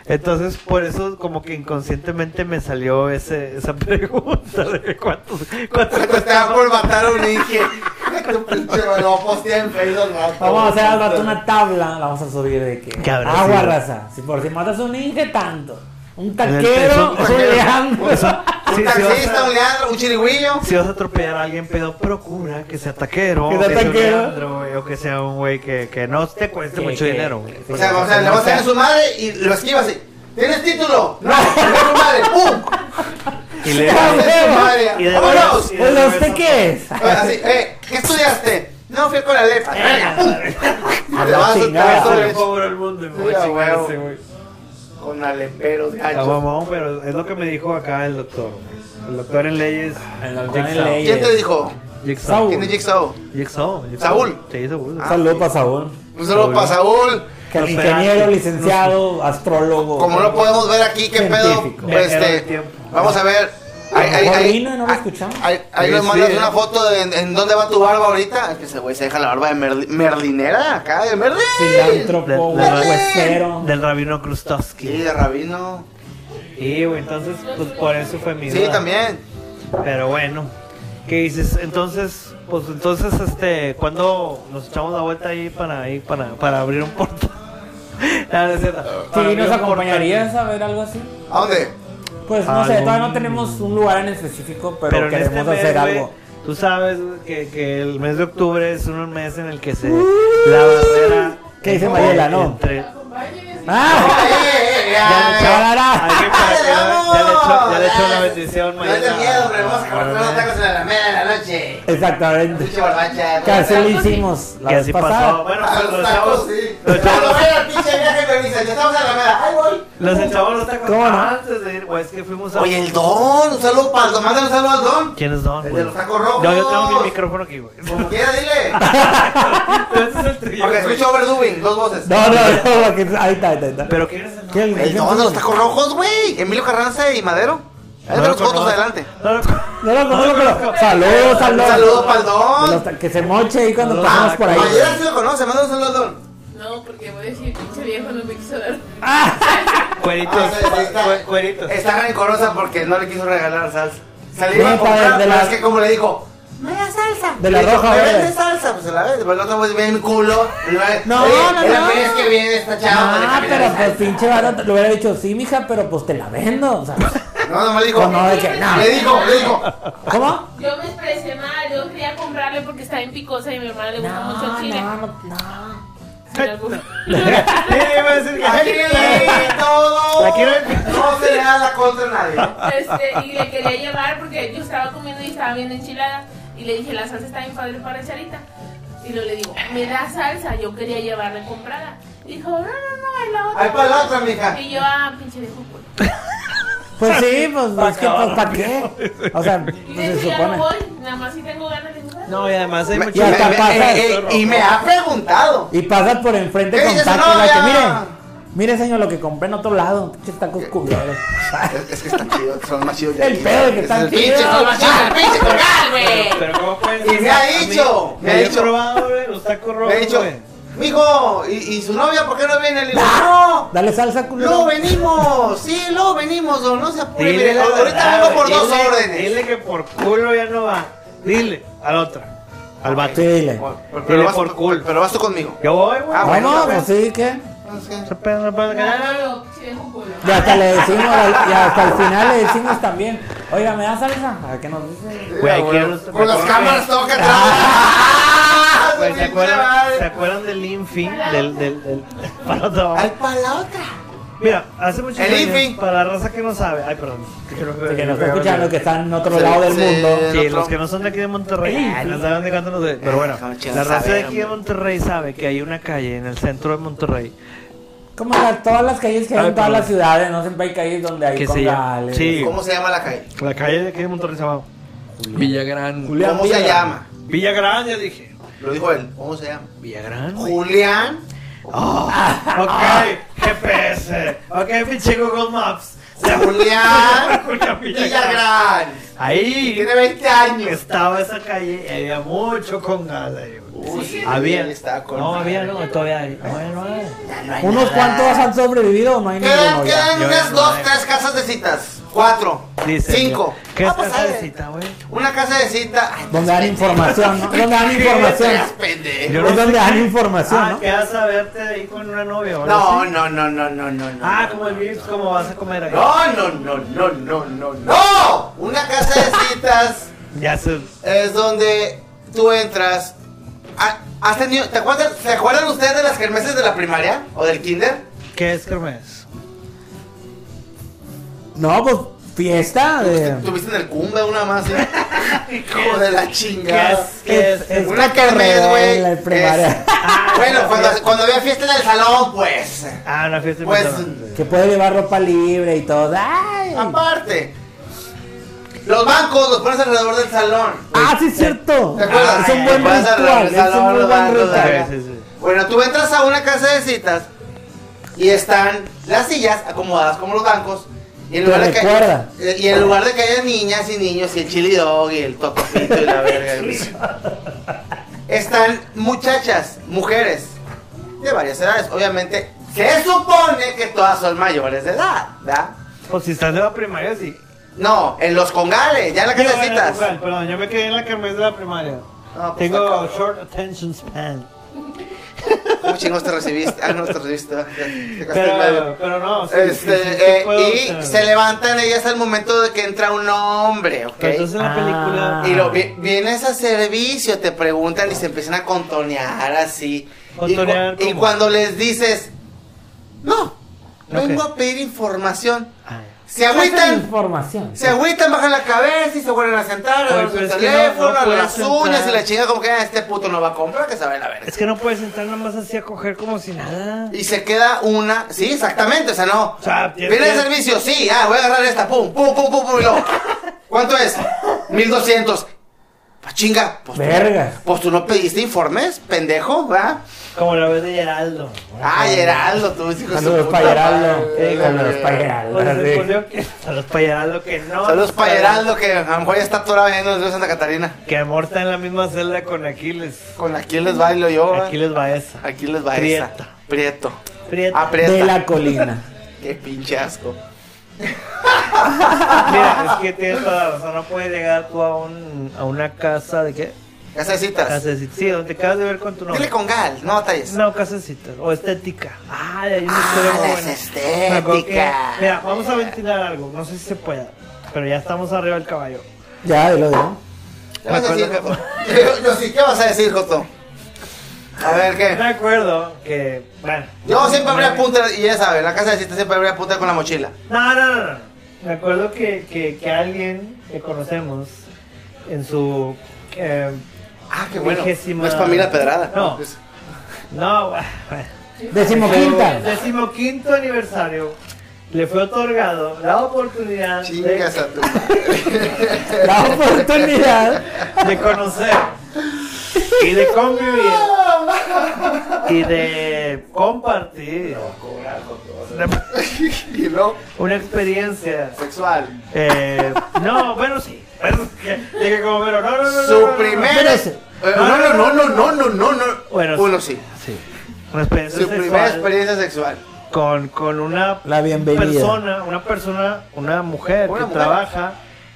S2: Entonces, por eso, como que inconscientemente me salió ese, esa pregunta de cuántos. cuántos
S4: ¿Cuánto Pues te da por matar a un Inge? Tu pinche, lo postea en Facebook. ¿no?
S3: Vamos a hacer al rato una tabla, la vamos a subir de que
S2: ¿Qué habrá
S3: agua
S2: sido?
S3: raza. Si por si matas un ninja tanto, un
S2: Es
S3: taquero,
S2: un-
S3: es un leandro.
S2: Eso,
S4: Un
S2: sí, sí, o sea,
S4: taxista, un leandro, un chirigüillo.
S2: si vas a atropellar a alguien, pero procura que sea taquero.
S3: Que sea
S2: un
S3: taquero.
S2: leandro, güey, o que sea un güey que, que no te cueste
S3: Que-
S2: mucho
S3: que-
S2: dinero. güey.
S4: O sea, o sea, le vas a tener a su madre y lo esquivas y. ¿Tienes título? No, no tu madre. ¡Pum!
S2: Y le
S4: Ya, güey. madre.
S2: y de-
S4: ¡Vámonos!
S2: y de-
S3: Pues, ¿usted qué es?
S4: Así, eh, ¿qué estudiaste? No, fui con la lefa. ¡Venga, pum!
S3: A
S4: Te
S3: Eh, la
S4: vas a soltar
S3: chingada.
S4: sobre el
S2: Pobre el mundo, y me voy
S4: Sí,
S2: a
S4: a
S2: chingar
S4: huevo.
S2: ese, güey.
S4: Con aleperos,
S2: Está
S4: gachos.
S2: mamón, pero es lo que me dijo acá el doctor. El doctor en leyes.
S3: El doctor Ah, en
S2: Jigsaw.
S3: leyes.
S4: ¿Quién te dijo?
S2: Jigsaw.
S4: ¿Quién es Jigsaw?
S2: Jigsaw. Jigsaw.
S4: Saúl. Ah,
S2: Sí, Saúl.
S3: Un saludo para Saúl.
S4: Un saludo para Saúl.
S3: Que
S2: Nos
S3: ingeniero,
S2: pegaste.
S3: licenciado, astrólogo.
S4: Como no podemos ver aquí, qué pedo.
S3: Científico.
S4: Pues,
S2: Viajero del
S4: este,
S2: tiempo.
S4: vamos a ver. Ahí, ahí,
S3: Mejor
S4: ahí-
S3: vino y no lo
S4: ahí-
S3: escuchamos.
S4: Ahí, ahí
S2: Sí,
S4: nos mandas
S2: sí,
S4: una
S2: eh.
S4: foto de en, en dónde va tu barba ahorita. Es que ese güey se deja la barba de merli- merlinera acá, de Merlin.
S2: Del-
S3: Filántropo,
S2: del-
S3: huesero.
S2: Del rabino
S4: Sí,
S2: Krustowski.
S4: de rabino.
S2: Y güey, entonces, pues por eso fue mi
S4: Sí,
S2: duda.
S4: también.
S2: Pero bueno, ¿qué dices? Entonces, pues entonces, este, ¿cuándo nos echamos la vuelta ahí para ahí para, para abrir un portal? Nada, no es cierto. Para
S3: Sí,
S2: abrir
S3: ¿nos
S2: un portal.
S3: acompañarías a ver algo así?
S4: ¿A dónde?
S3: Pues no sé,
S2: Algo.
S3: todavía no tenemos un lugar en específico, pero,
S2: Pero en
S3: queremos
S2: este mes,
S3: hacer
S2: güey,
S3: algo.
S2: Tú sabes güey, que, que el mes de octubre es un mes en el que se la barrera
S3: ¿Qué dice
S2: entre-
S3: Mariela? No.
S2: entre-
S4: ¡Eh,
S3: ¡Ah!
S4: eh, eh!
S2: Ya le echó- hay
S4: ya,
S2: que
S4: ¡Dale,
S2: parar, ya le echó- ya le echó la
S4: vamos!
S2: bendición,
S4: No es de
S2: Mariela.
S4: miedo, hombre. Vamos a cortar los tacos en la alameda de la noche.
S3: Exactamente.
S4: Pinche barbacha.
S3: Casi lo hicimos la
S2: Que
S3: vez
S2: así pasó.
S3: pasada.
S2: Bueno,
S4: A
S2: pues
S4: los
S2: los
S4: tacos,
S2: chavos.
S4: sí.
S2: Los
S4: Pero
S2: chavos.
S4: bueno, el pinche viaje me dice, ya estamos en la alameda. ¡Ahí voy!
S2: Los echamos los tacos
S3: ¿Cómo no?
S2: antes de ir, güey. Es que fuimos a.
S4: Oye, el Don, un saludo para el Don, mándale un saludo al Don.
S2: ¿Quién es Don?
S4: El
S2: güey?
S4: de los tacos rojos.
S2: No, yo tengo mi micrófono aquí, güey.
S4: Como quiera, dile.
S2: Entonces Este el tuyo,
S4: Porque
S2: güey.
S4: escucho overdubbing, dos voces.
S3: No, no, no, porque- ahí está, ahí está, ahí está.
S2: Pero ¿quién es el Don?
S3: ¿Qué, el-
S4: El
S3: el-
S4: Don de los tacos rojos, güey. Emilio Carranza y Madero. Ahí de
S2: lo
S4: los fotos
S2: conozco.
S4: adelante.
S2: No lo conozco.
S3: No, no, no, no, no, no. Saludos,
S4: Un
S3: saludos.
S4: saludo para el
S3: De
S4: Don.
S3: los ta- Que se moche ahí cuando
S2: No,
S3: pasamos
S2: ah,
S3: por ahí.
S4: Mañana sí lo conoce, mándale un saludo al Don.
S6: No, porque voy a decir, pinche viejo, no me quiso dar.
S4: Ah,
S2: Cueritos.
S4: sí, sí, está.
S2: cue- Cueritos.
S4: Está rencorosa porque no le quiso regalar salsa. Se le iba a
S3: Ven, padre,
S4: comprar,
S3: de
S4: pero
S3: la-
S4: es que como le dijo...
S3: De la
S4: Le dijo,
S3: roja,
S4: "Me
S3: verde.
S4: vende salsa, pues se la vende, pero el otro güey bien culo.
S3: No, no,
S4: Es la
S3: no.
S4: primera vez que viene esta chava. pues,
S3: Ah,
S4: déjame la
S3: pero pues
S4: salsa".
S3: pinche barato. Le hubiera dicho, sí, mija, pero pues te la vendo. O sea,
S4: No, no me dijo.
S3: Pues no, de que no.
S4: Le dijo, le dijo.
S3: ¿cómo?
S6: Yo me expresé mal, yo quería comprarle porque está bien picosa y a mi hermana le gusta mucho el chile.
S3: no, no.
S6: Sin albur.
S2: Sí, iba a decir que
S4: Aquí todo.
S2: La quiero-
S4: No se le da la contra a nadie.
S6: Este, y le quería llevar porque yo estaba comiendo y estaba bien enchilada. Y le dije, la salsa está bien padre para Charita. Y luego le digo, me da salsa, yo quería llevarla comprada. Dijo, no, no, no, es la otra.
S4: Ahí para la otra, mija.
S6: Y yo, ah, pinche de fútbol.
S3: Pues sí, pues es que pues, ¿para qué? O sea,
S6: Y
S3: pues,
S6: de
S3: se
S6: hecho ya no
S3: supone.
S6: voy, nada más si tengo ganas de jugar.
S2: No, y además hay
S4: Me-
S2: mucho.
S4: y, me,
S3: hasta
S4: me-
S3: pasa
S4: eh, eh,
S2: esto,
S4: y me ha preguntado.
S3: Y pasas por enfrente
S4: ¿Qué
S3: con
S4: dice su
S3: tacos. la que,
S4: novia?
S3: mire, mire, señor, lo que compré en otro lado. Pinches tacos culeros.
S4: Es, es que están chidos, son más chidos. de
S3: El
S4: aquí.
S3: pedo de que
S4: Ese
S3: están
S4: es el pinche,
S3: chidos.
S4: Son más chidos, el pinche colgal, güey.
S2: Pero ¿cómo puedes
S4: Y me
S2: decir
S4: ha
S2: a mí-
S4: dicho, me
S2: Yo
S4: ha
S2: he
S4: dicho.
S2: probado, güey, los tacos rojos.
S4: Me ha dicho,
S2: güey.
S4: mijo, ¿y, y su novia por qué no viene? Le digo, no.
S3: Dale salsa, culero.
S4: Luego venimos, sí, luego venimos, don, no se apure.
S2: Dile
S4: mire,
S2: la
S4: ahorita
S2: verdad,
S4: vengo por
S2: güey.
S4: dos
S2: Dile-
S4: órdenes.
S2: Dile que por culo ya no va. Dile a la otra. Al vato.
S3: Sí, dile.
S2: Dile
S4: vas-
S2: por culo.
S4: Pero vas tú conmigo.
S2: Yo voy, güey.
S4: Ah, bueno,
S3: Bueno,
S4: bueno.
S3: pues sí, ¿qué?
S2: Ese pedo no
S4: Ah,
S2: puede ganar.
S6: No, no, pinche de fútbol.
S3: Y hasta le decimos, al- y hasta al final le decimos también, oiga, ¿me da salsa? ¿A qué nos dice?
S2: Güey,
S4: Ah,
S2: aquí
S4: bueno.
S2: los-
S4: Con las
S2: recuerdo
S4: cámaras
S2: que-
S4: todo que atrás.
S2: Ah. Güey, ¿se
S4: Pinche
S2: acuerdan,
S4: madre.
S2: ¿Se acuerdan del Infi? Del, del, del, para otro.
S4: Ay, pa' la otra.
S2: Mira, hace muchos
S4: El
S2: años,
S4: Infi.
S2: para la raza que no sabe. Ay, perdón.
S3: Así que nos está escuchando que están en otro lado del
S4: sí.
S3: mundo.
S2: Sí,
S4: otro.
S2: los que no son de aquí de Monterrey, ay, no saben de cuánto nos de-
S4: Eh,
S2: Pero bueno,
S4: Ay,
S2: la raza de
S4: saber,
S2: aquí de
S4: hombre.
S2: Monterrey sabe que hay una calle en el centro de Monterrey
S3: Como las- todas las calles que
S2: Ay,
S3: hay en todas
S2: perdón.
S3: las ciudades, no siempre hay calles donde hay
S2: Que se llama-
S3: congales.
S2: sí.
S4: ¿Cómo se llama la calle?
S2: La calle de aquí de Monterrey se llama
S7: Villagrán.
S4: ¿Cómo se llama?
S2: Villagrán, ya dije.
S4: Lo dijo él. ¿Cómo se llama?
S2: Villagrán.
S4: Julián.
S2: Ah,
S3: Ah.
S2: Ok, GPS. Ok, pinche Google Maps.
S4: Julián.
S2: Julián Villagrán.
S4: Villagrán.
S2: Ahí
S4: Tiene 20 años.
S2: estaba esa calle y había mucho congada. ahí, güey.
S4: Uy, sí,
S2: Había.
S4: ahí está con-
S2: No, había, no, todavía hay. No, ya no hay.
S3: ¿Unos cuantos han sobrevivido o no hay
S4: Quedan,
S3: ninguno? ya?
S4: quedan
S2: yo
S4: unas
S2: no
S4: dos,
S2: hay.
S4: tres casas de citas. Cuatro.
S2: Dice,
S4: cinco.
S2: ¿Qué
S4: Ah,
S2: es
S4: pues,
S2: casa de
S4: ay,
S2: cita, güey?
S4: Una casa de cita. Ay,
S3: Donde dan información, ¿no? Donde dan información.
S4: seas pendejo.
S2: Yo
S3: Es
S2: no sé
S3: donde
S2: qué-
S3: dan información,
S2: Ah,
S3: ¿no?
S2: que vas a verte ahí con una novia, ¿verdad?
S4: No, no, no, no, no, no, no.
S2: Ah, como el Vips, ¿cómo vas a comer ahí?
S4: No, no, no, no, no, no, no. Una casa de citas
S2: Ya se.
S4: es donde tú entras. Ah, ¿Has tenido, ¿te acuerdas, ¿Se acuerdan ustedes de las kermeses de la primaria o del kinder?
S2: ¿Qué es Kermés?
S3: No, pues fiesta de.
S4: Tuviste en el cumbe una más, ¿eh? Hijo de la chingada.
S2: ¿Qué es?
S3: Es-
S4: Una kermés, güey.
S3: La primaria.
S4: es- Bueno, cuando, cuando había fiesta en el salón, pues.
S2: Ah, una fiesta de
S4: Pues,
S2: pantalón.
S3: Que puede llevar ropa libre y todo. ¡Ay!
S4: Aparte, los bancos los pones alrededor del salón.
S3: ¡Ah, sí es cierto!
S4: Pues, eh,
S3: Ah,
S4: ¿Te acuerdas?
S3: Es un buen
S4: Vas
S3: ritual.
S4: alrededor
S3: Es
S4: del
S3: un
S4: salón,
S3: muy
S4: los
S3: buen
S4: bancos,
S3: ritual.
S4: acá.
S2: Sí, sí, sí.
S4: Bueno, tú entras a una casa de citas y están las sillas acomodadas como los bancos. Y
S3: Te
S4: en lugar, de que,
S3: recuerda.
S4: eh, y en lugar de que haya niñas y niños y el chili dog y el totopito y la verga, güey, están muchachas, mujeres de varias edades. Obviamente, se supone que todas son mayores de edad, ¿verdad?
S2: Pues si estás de la primaria, sí.
S4: No, en los congales, ya en la
S2: Yo,
S4: casa de
S2: bueno,
S4: citas.
S2: igual, Perdón, yo me quedé en la Kermés de la primaria.
S4: Ah, pues,
S2: Tengo
S4: acá.
S2: short attention span.
S4: ¿Cómo chingos te recibiste? Ah, no te recibiste. ¿verdad? Te- te gasté el
S2: Pero,
S4: medio.
S2: pero no, sí, sí,
S4: Este,
S2: sí, sí
S4: eh,
S2: puedo,
S4: y
S2: pero-
S4: se levantan ellas al momento de que entra un hombre, ¿ok?
S2: Pero entonces en la
S3: Ah.
S2: película.
S4: y lo, vi- vienes a servicio, te preguntan y se empiezan a contonear así. Y cu-
S2: ¿Contonear
S4: y,
S2: cómo?
S4: cuando les dices, no, vengo
S2: Ok.
S4: a pedir información.
S2: Ay.
S4: Se
S3: Falta de
S4: agüitan,
S3: Información.
S4: se agüitan, bajan la cabeza y se vuelven a sentar,
S2: Oye,
S4: a ver
S2: pero
S4: su
S2: es que no-
S4: teléfono,
S2: no
S4: a
S2: puedes
S4: las uñas y
S2: entrar.
S4: la chinga como que "Ah, este puto no va a comprar, que sabe la verga.
S2: Es que no puedes entrar nomás así a coger como si nada.
S4: Y se queda una, sí, exactamente, o sea, no.
S2: O sea, tienes
S4: Viene el
S2: que-
S4: servicio, sí, ah, voy a agarrar esta, pum, pum, pum, pum, pum, y luego, ¿Cuánto es? 1200. Pa chinga, pues tú,
S3: Vergas.
S4: pues tú no pediste informes, pendejo, ¿va?
S2: Como la vez de Geraldo.
S4: Ah, Geraldo, tú hijo de su
S3: Saludos
S4: puta
S3: para Geraldo.
S4: madre.
S3: Eh, Saludos para Geraldo.
S2: Pues se
S3: sí.
S2: supone que- Saludos para Geraldo que no.
S4: Saludos para Geraldo, que a lo mejor ya está atorado viendo de Santa Catarina.
S2: Que amor está en la misma celda con Aquiles.
S4: Con aquí les bailo yo, ¿va?
S2: Aquiles va esa.
S4: Aquí les va
S2: Prieta.
S4: esa. Prieto.
S2: Prieta.
S4: Aprieta.
S3: De la colina.
S4: Qué pinche asco. Ah,
S2: Mira, es que tienes toda la razón. No puedes llegar tú a, un, a una casa de qué?
S4: Casa de citas.
S2: Casecitas. Sí, donde te acabas de ver con tu
S4: Dile
S2: novia.
S4: con Gal, no batalles.
S2: No, casecitas. O estética. Ah, hay una
S4: Ah,
S2: historia muy
S4: las
S2: buena.
S4: estéticas.
S2: Me acuerdo que- Mira, vamos a ventilar algo. No sé si se pueda. Pero ya estamos arriba del caballo.
S3: Ya, de lo de.
S4: ¿Qué vas a decir, Joto? Yo, yo sí, ¿qué vas a decir, Joto? A ver,
S2: Me
S4: ¿qué?
S2: acuerdo que. Bueno.
S4: Yo siempre abría punta, y ya sabes, en la casa de citas siempre abría punta con la mochila.
S2: No, no, no, no. Me acuerdo que, que, que alguien que conocemos en su. eh,
S4: Ah, qué bueno.
S2: Vigésima-
S4: No es familia pedrada. Pues,
S2: No.
S4: Es-
S2: no, bueno.
S3: Decimoquinta.
S2: Decimoquinto aniversario. Le fue otorgado la oportunidad
S4: Chingas
S2: de,
S4: a tu madre.
S3: La oportunidad.
S2: de conocer y de convivir y de compartir
S4: Y no,
S2: una experiencia.
S4: sexual.
S2: eh, no, bueno, sí. Pero, que- de que como, pero no, no, no, no, no,
S4: Su
S2: no.
S4: primera.
S3: espérese.
S4: Eh, No, no, no, no, no, no, no, no.
S2: Bueno,
S4: Uno sí.
S2: Sí. Una experiencia
S4: Su primera
S2: sexual
S4: experiencia sexual.
S2: con, con una
S3: La bienvenida.
S2: persona, una persona, una mujer
S4: Una
S2: que
S4: mujer.
S2: trabaja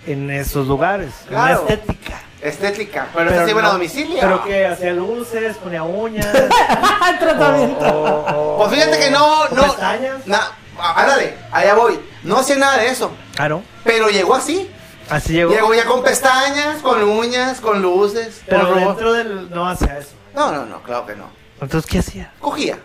S2: en esos lugares, en
S4: Claro.
S2: una estética.
S4: Estética. Pero, se iban a
S2: no-
S4: domicilio.
S2: Pero que hacía luces, ponía uñas.
S3: Ah,
S2: o-
S3: tratamiento.
S2: o- o-
S4: Pues fíjate que no,
S2: o
S4: no.
S2: pestañas.
S4: na- ándale, allá voy. No hacía nada de eso.
S2: Claro,
S4: Pero llegó así.
S2: así llegó.
S4: Llegó ya con pestañas, con uñas, con luces.
S2: pero
S4: con ropa.
S2: dentro del. No hacía eso.
S4: No, no, no, claro que no.
S2: Entonces, ¿qué hacía?
S4: Cogía.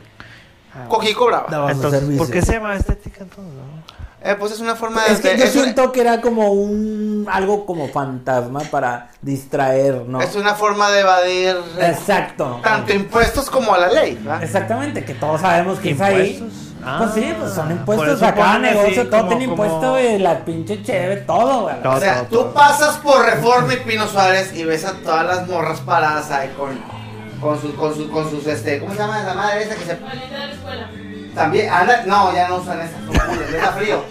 S2: Ah,
S4: Cogí y cobraba.
S3: Daba sus
S2: Entonces, ¿por
S3: servicios.
S2: qué se llama estética entonces? no?
S4: Eh, pues es una forma de.
S3: Es que
S4: de-
S3: yo
S4: es, una-
S3: siento que era como un algo como fantasma para distraer, ¿no?
S4: es una forma de evadir eh,
S3: Exacto.
S4: tanto impuestos como a la ley. ¿verdad?
S3: Exactamente, que todos sabemos que es ahí.
S2: ¿Impuestos?
S3: pues sí,
S2: Ah,
S3: pues
S2: por
S3: son impuestos
S2: eso
S3: a cada
S2: ponen así
S3: negocio, todo
S2: como-
S3: tiene
S2: como-
S3: impuesto, güey, la pinche cheve, todo, güey.
S2: No,
S4: O sea,
S2: no,
S4: tú
S2: no.
S4: pasas por Reforma y Pino Suárez y ves a todas las morras paradas ahí con. Con sus, con sus, con sus, este, ¿cómo se llama esa madre esa que se
S6: Al entrar a la escuela.
S4: También, anda, no, ya no usan esas, son culos, ya está frío.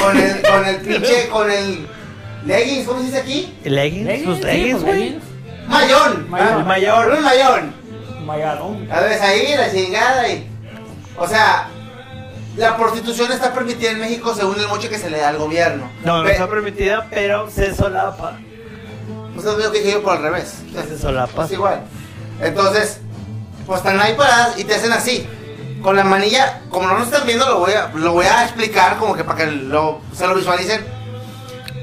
S4: Con el, con el pinche, con el Leggings, ¿cómo se dice aquí?
S2: ¿Leggings? Pues leggings, güey.
S4: Mayón.
S3: Mayón.
S4: Ah, Un mayón.
S3: Mayadón.
S4: A veces ahí, la chingada y... O sea, la prostitución está permitida en México según el moche que se le da al gobierno.
S2: No, no
S4: Pe-
S2: está permitida, pero se solapa.
S4: Ustedes veo que dije yo por al revés.
S2: Se solapa.
S4: Es igual. Entonces, pues están ahí paradas y te hacen así. Con la manilla, como no nos están viendo, lo voy a, lo voy a explicar como que para que lo, se lo visualicen.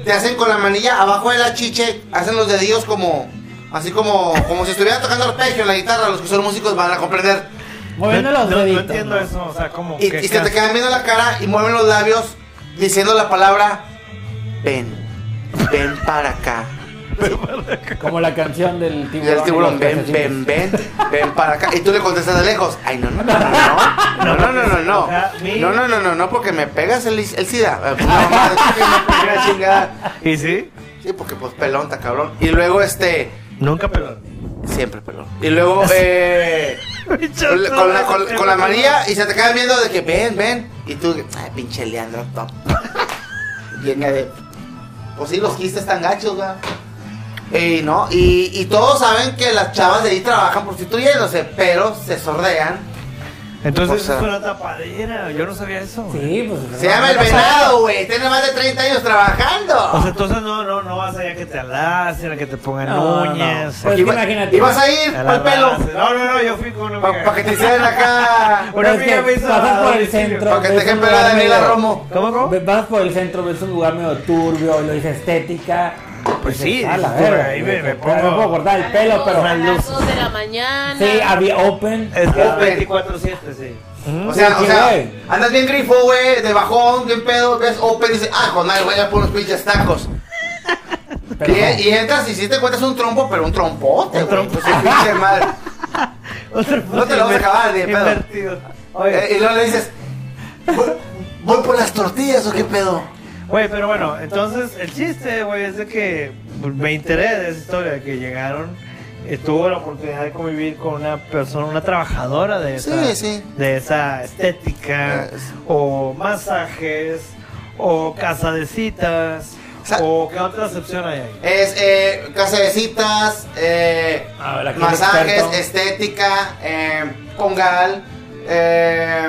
S4: Te hacen con la manilla abajo de la chiche, hacen los dedillos como, así como, como si estuvieran tocando arpegio en la guitarra. Los que son músicos van a comprender.
S3: Moviendo
S2: no,
S3: los
S2: no, no
S3: deditos.
S2: entiendo eso, o sea, como
S4: Y,
S2: que
S4: y se te
S2: casi-
S4: quedan viendo la cara y mueven los labios diciendo la palabra.
S5: Ven, ven para acá.
S3: Como la canción del
S5: Y
S3: tiburón.
S5: el tiburón,
S3: y los
S5: ven, ven, ven,
S3: pececitos.
S5: ven para acá. Y tú le contestas de lejos. Ay, no, no, no, no, no, no, no, no, no, no, no, no, no, no, porque me pegas el, el SIDA. Eh, No, madre, que me pegué la chingada.
S2: ¿Y sí?
S5: Sí, porque pues pelón, está cabrón. Y luego este,
S2: Nunca pelón.
S5: siempre pelón. Y luego, eh, con, la, con, con la manilla y se te quedan viendo de que ven, ven. Y tú, ay, pinche Leandro, top.
S4: Viene de. Pues sí, los quistes están gachos, ¿verdad? Y no, y, y todos saben que las chavas de ahí trabajan prostituyéndose, pero se sordean.
S2: Entonces
S5: O sea-
S2: es una tapadera, yo no sabía eso. güey.
S3: Sí, pues.
S4: Se llama el venado, güey. Tiene más de 30 años
S2: O sea,
S4: trabajando.
S2: entonces no, no, no vas allá que te alacen, a que te pongan
S3: No, no.
S2: uñas.
S3: Pues
S2: a que-
S3: imagínate.
S4: Y vas a ir
S2: a
S4: al
S2: la
S4: pelo.
S2: base. No, no, no, yo fui con una
S4: Para
S2: amiga.
S4: que te hicieran acá.
S2: Una
S3: Pero es
S2: amiga
S3: que
S2: me hizo
S3: pasas
S2: a
S3: por el
S2: domicilio.
S3: centro.
S4: Para que te dejen pelar a Daniela Romo.
S2: ¿Cómo, cómo?
S3: Ve- Vas por el centro, ves un lugar medio turbio, y lo dice estética.
S2: Pues
S3: dices,
S2: sí,
S3: "A la
S2: dices tú,
S3: verga,
S2: ahí me- me
S3: pero No
S2: pongo-
S3: puedo cortar el pelo, pero.
S2: Una
S6: A las
S2: luz.
S6: 2 de la mañana.
S3: Sí, había open.
S2: Es que
S4: Ah.
S2: es 24-7, sí.
S4: O sea, o
S3: Sí,
S4: sea,
S3: güey.
S4: andas bien grifo, güey, de bajón, bien pedo, ves open y dices, ah, con madre, voy a poner unos pinches tacos.
S3: pero
S4: y, eh,
S3: no.
S4: y entras y sí te encuentras un trompo, pero un trompote,
S2: Un
S4: güey.
S2: trompo.
S4: Pues, sí, pinche madre. No te lo vas a acabar, ni de pedo.
S2: Invertido. Oye,
S4: Eh, y luego le dices, "Voy- ¿voy por las tortillas o qué pedo?
S2: Güey, pero bueno, entonces el chiste, güey, es de que pues, me enteré de esa historia, de que llegaron, eh, tuvo la oportunidad de convivir con una persona, una trabajadora de
S4: Sí,
S2: esa,
S4: sí.
S2: De esa estética,
S4: Ah, sí.
S2: o masajes, o casa de citas,
S4: O sea-
S2: o qué otra excepción hay ahí.
S4: Es eh, casa de citas, eh,
S3: A ver, aquí el
S4: masajes,
S3: experto.
S4: estética, eh, congal, eh,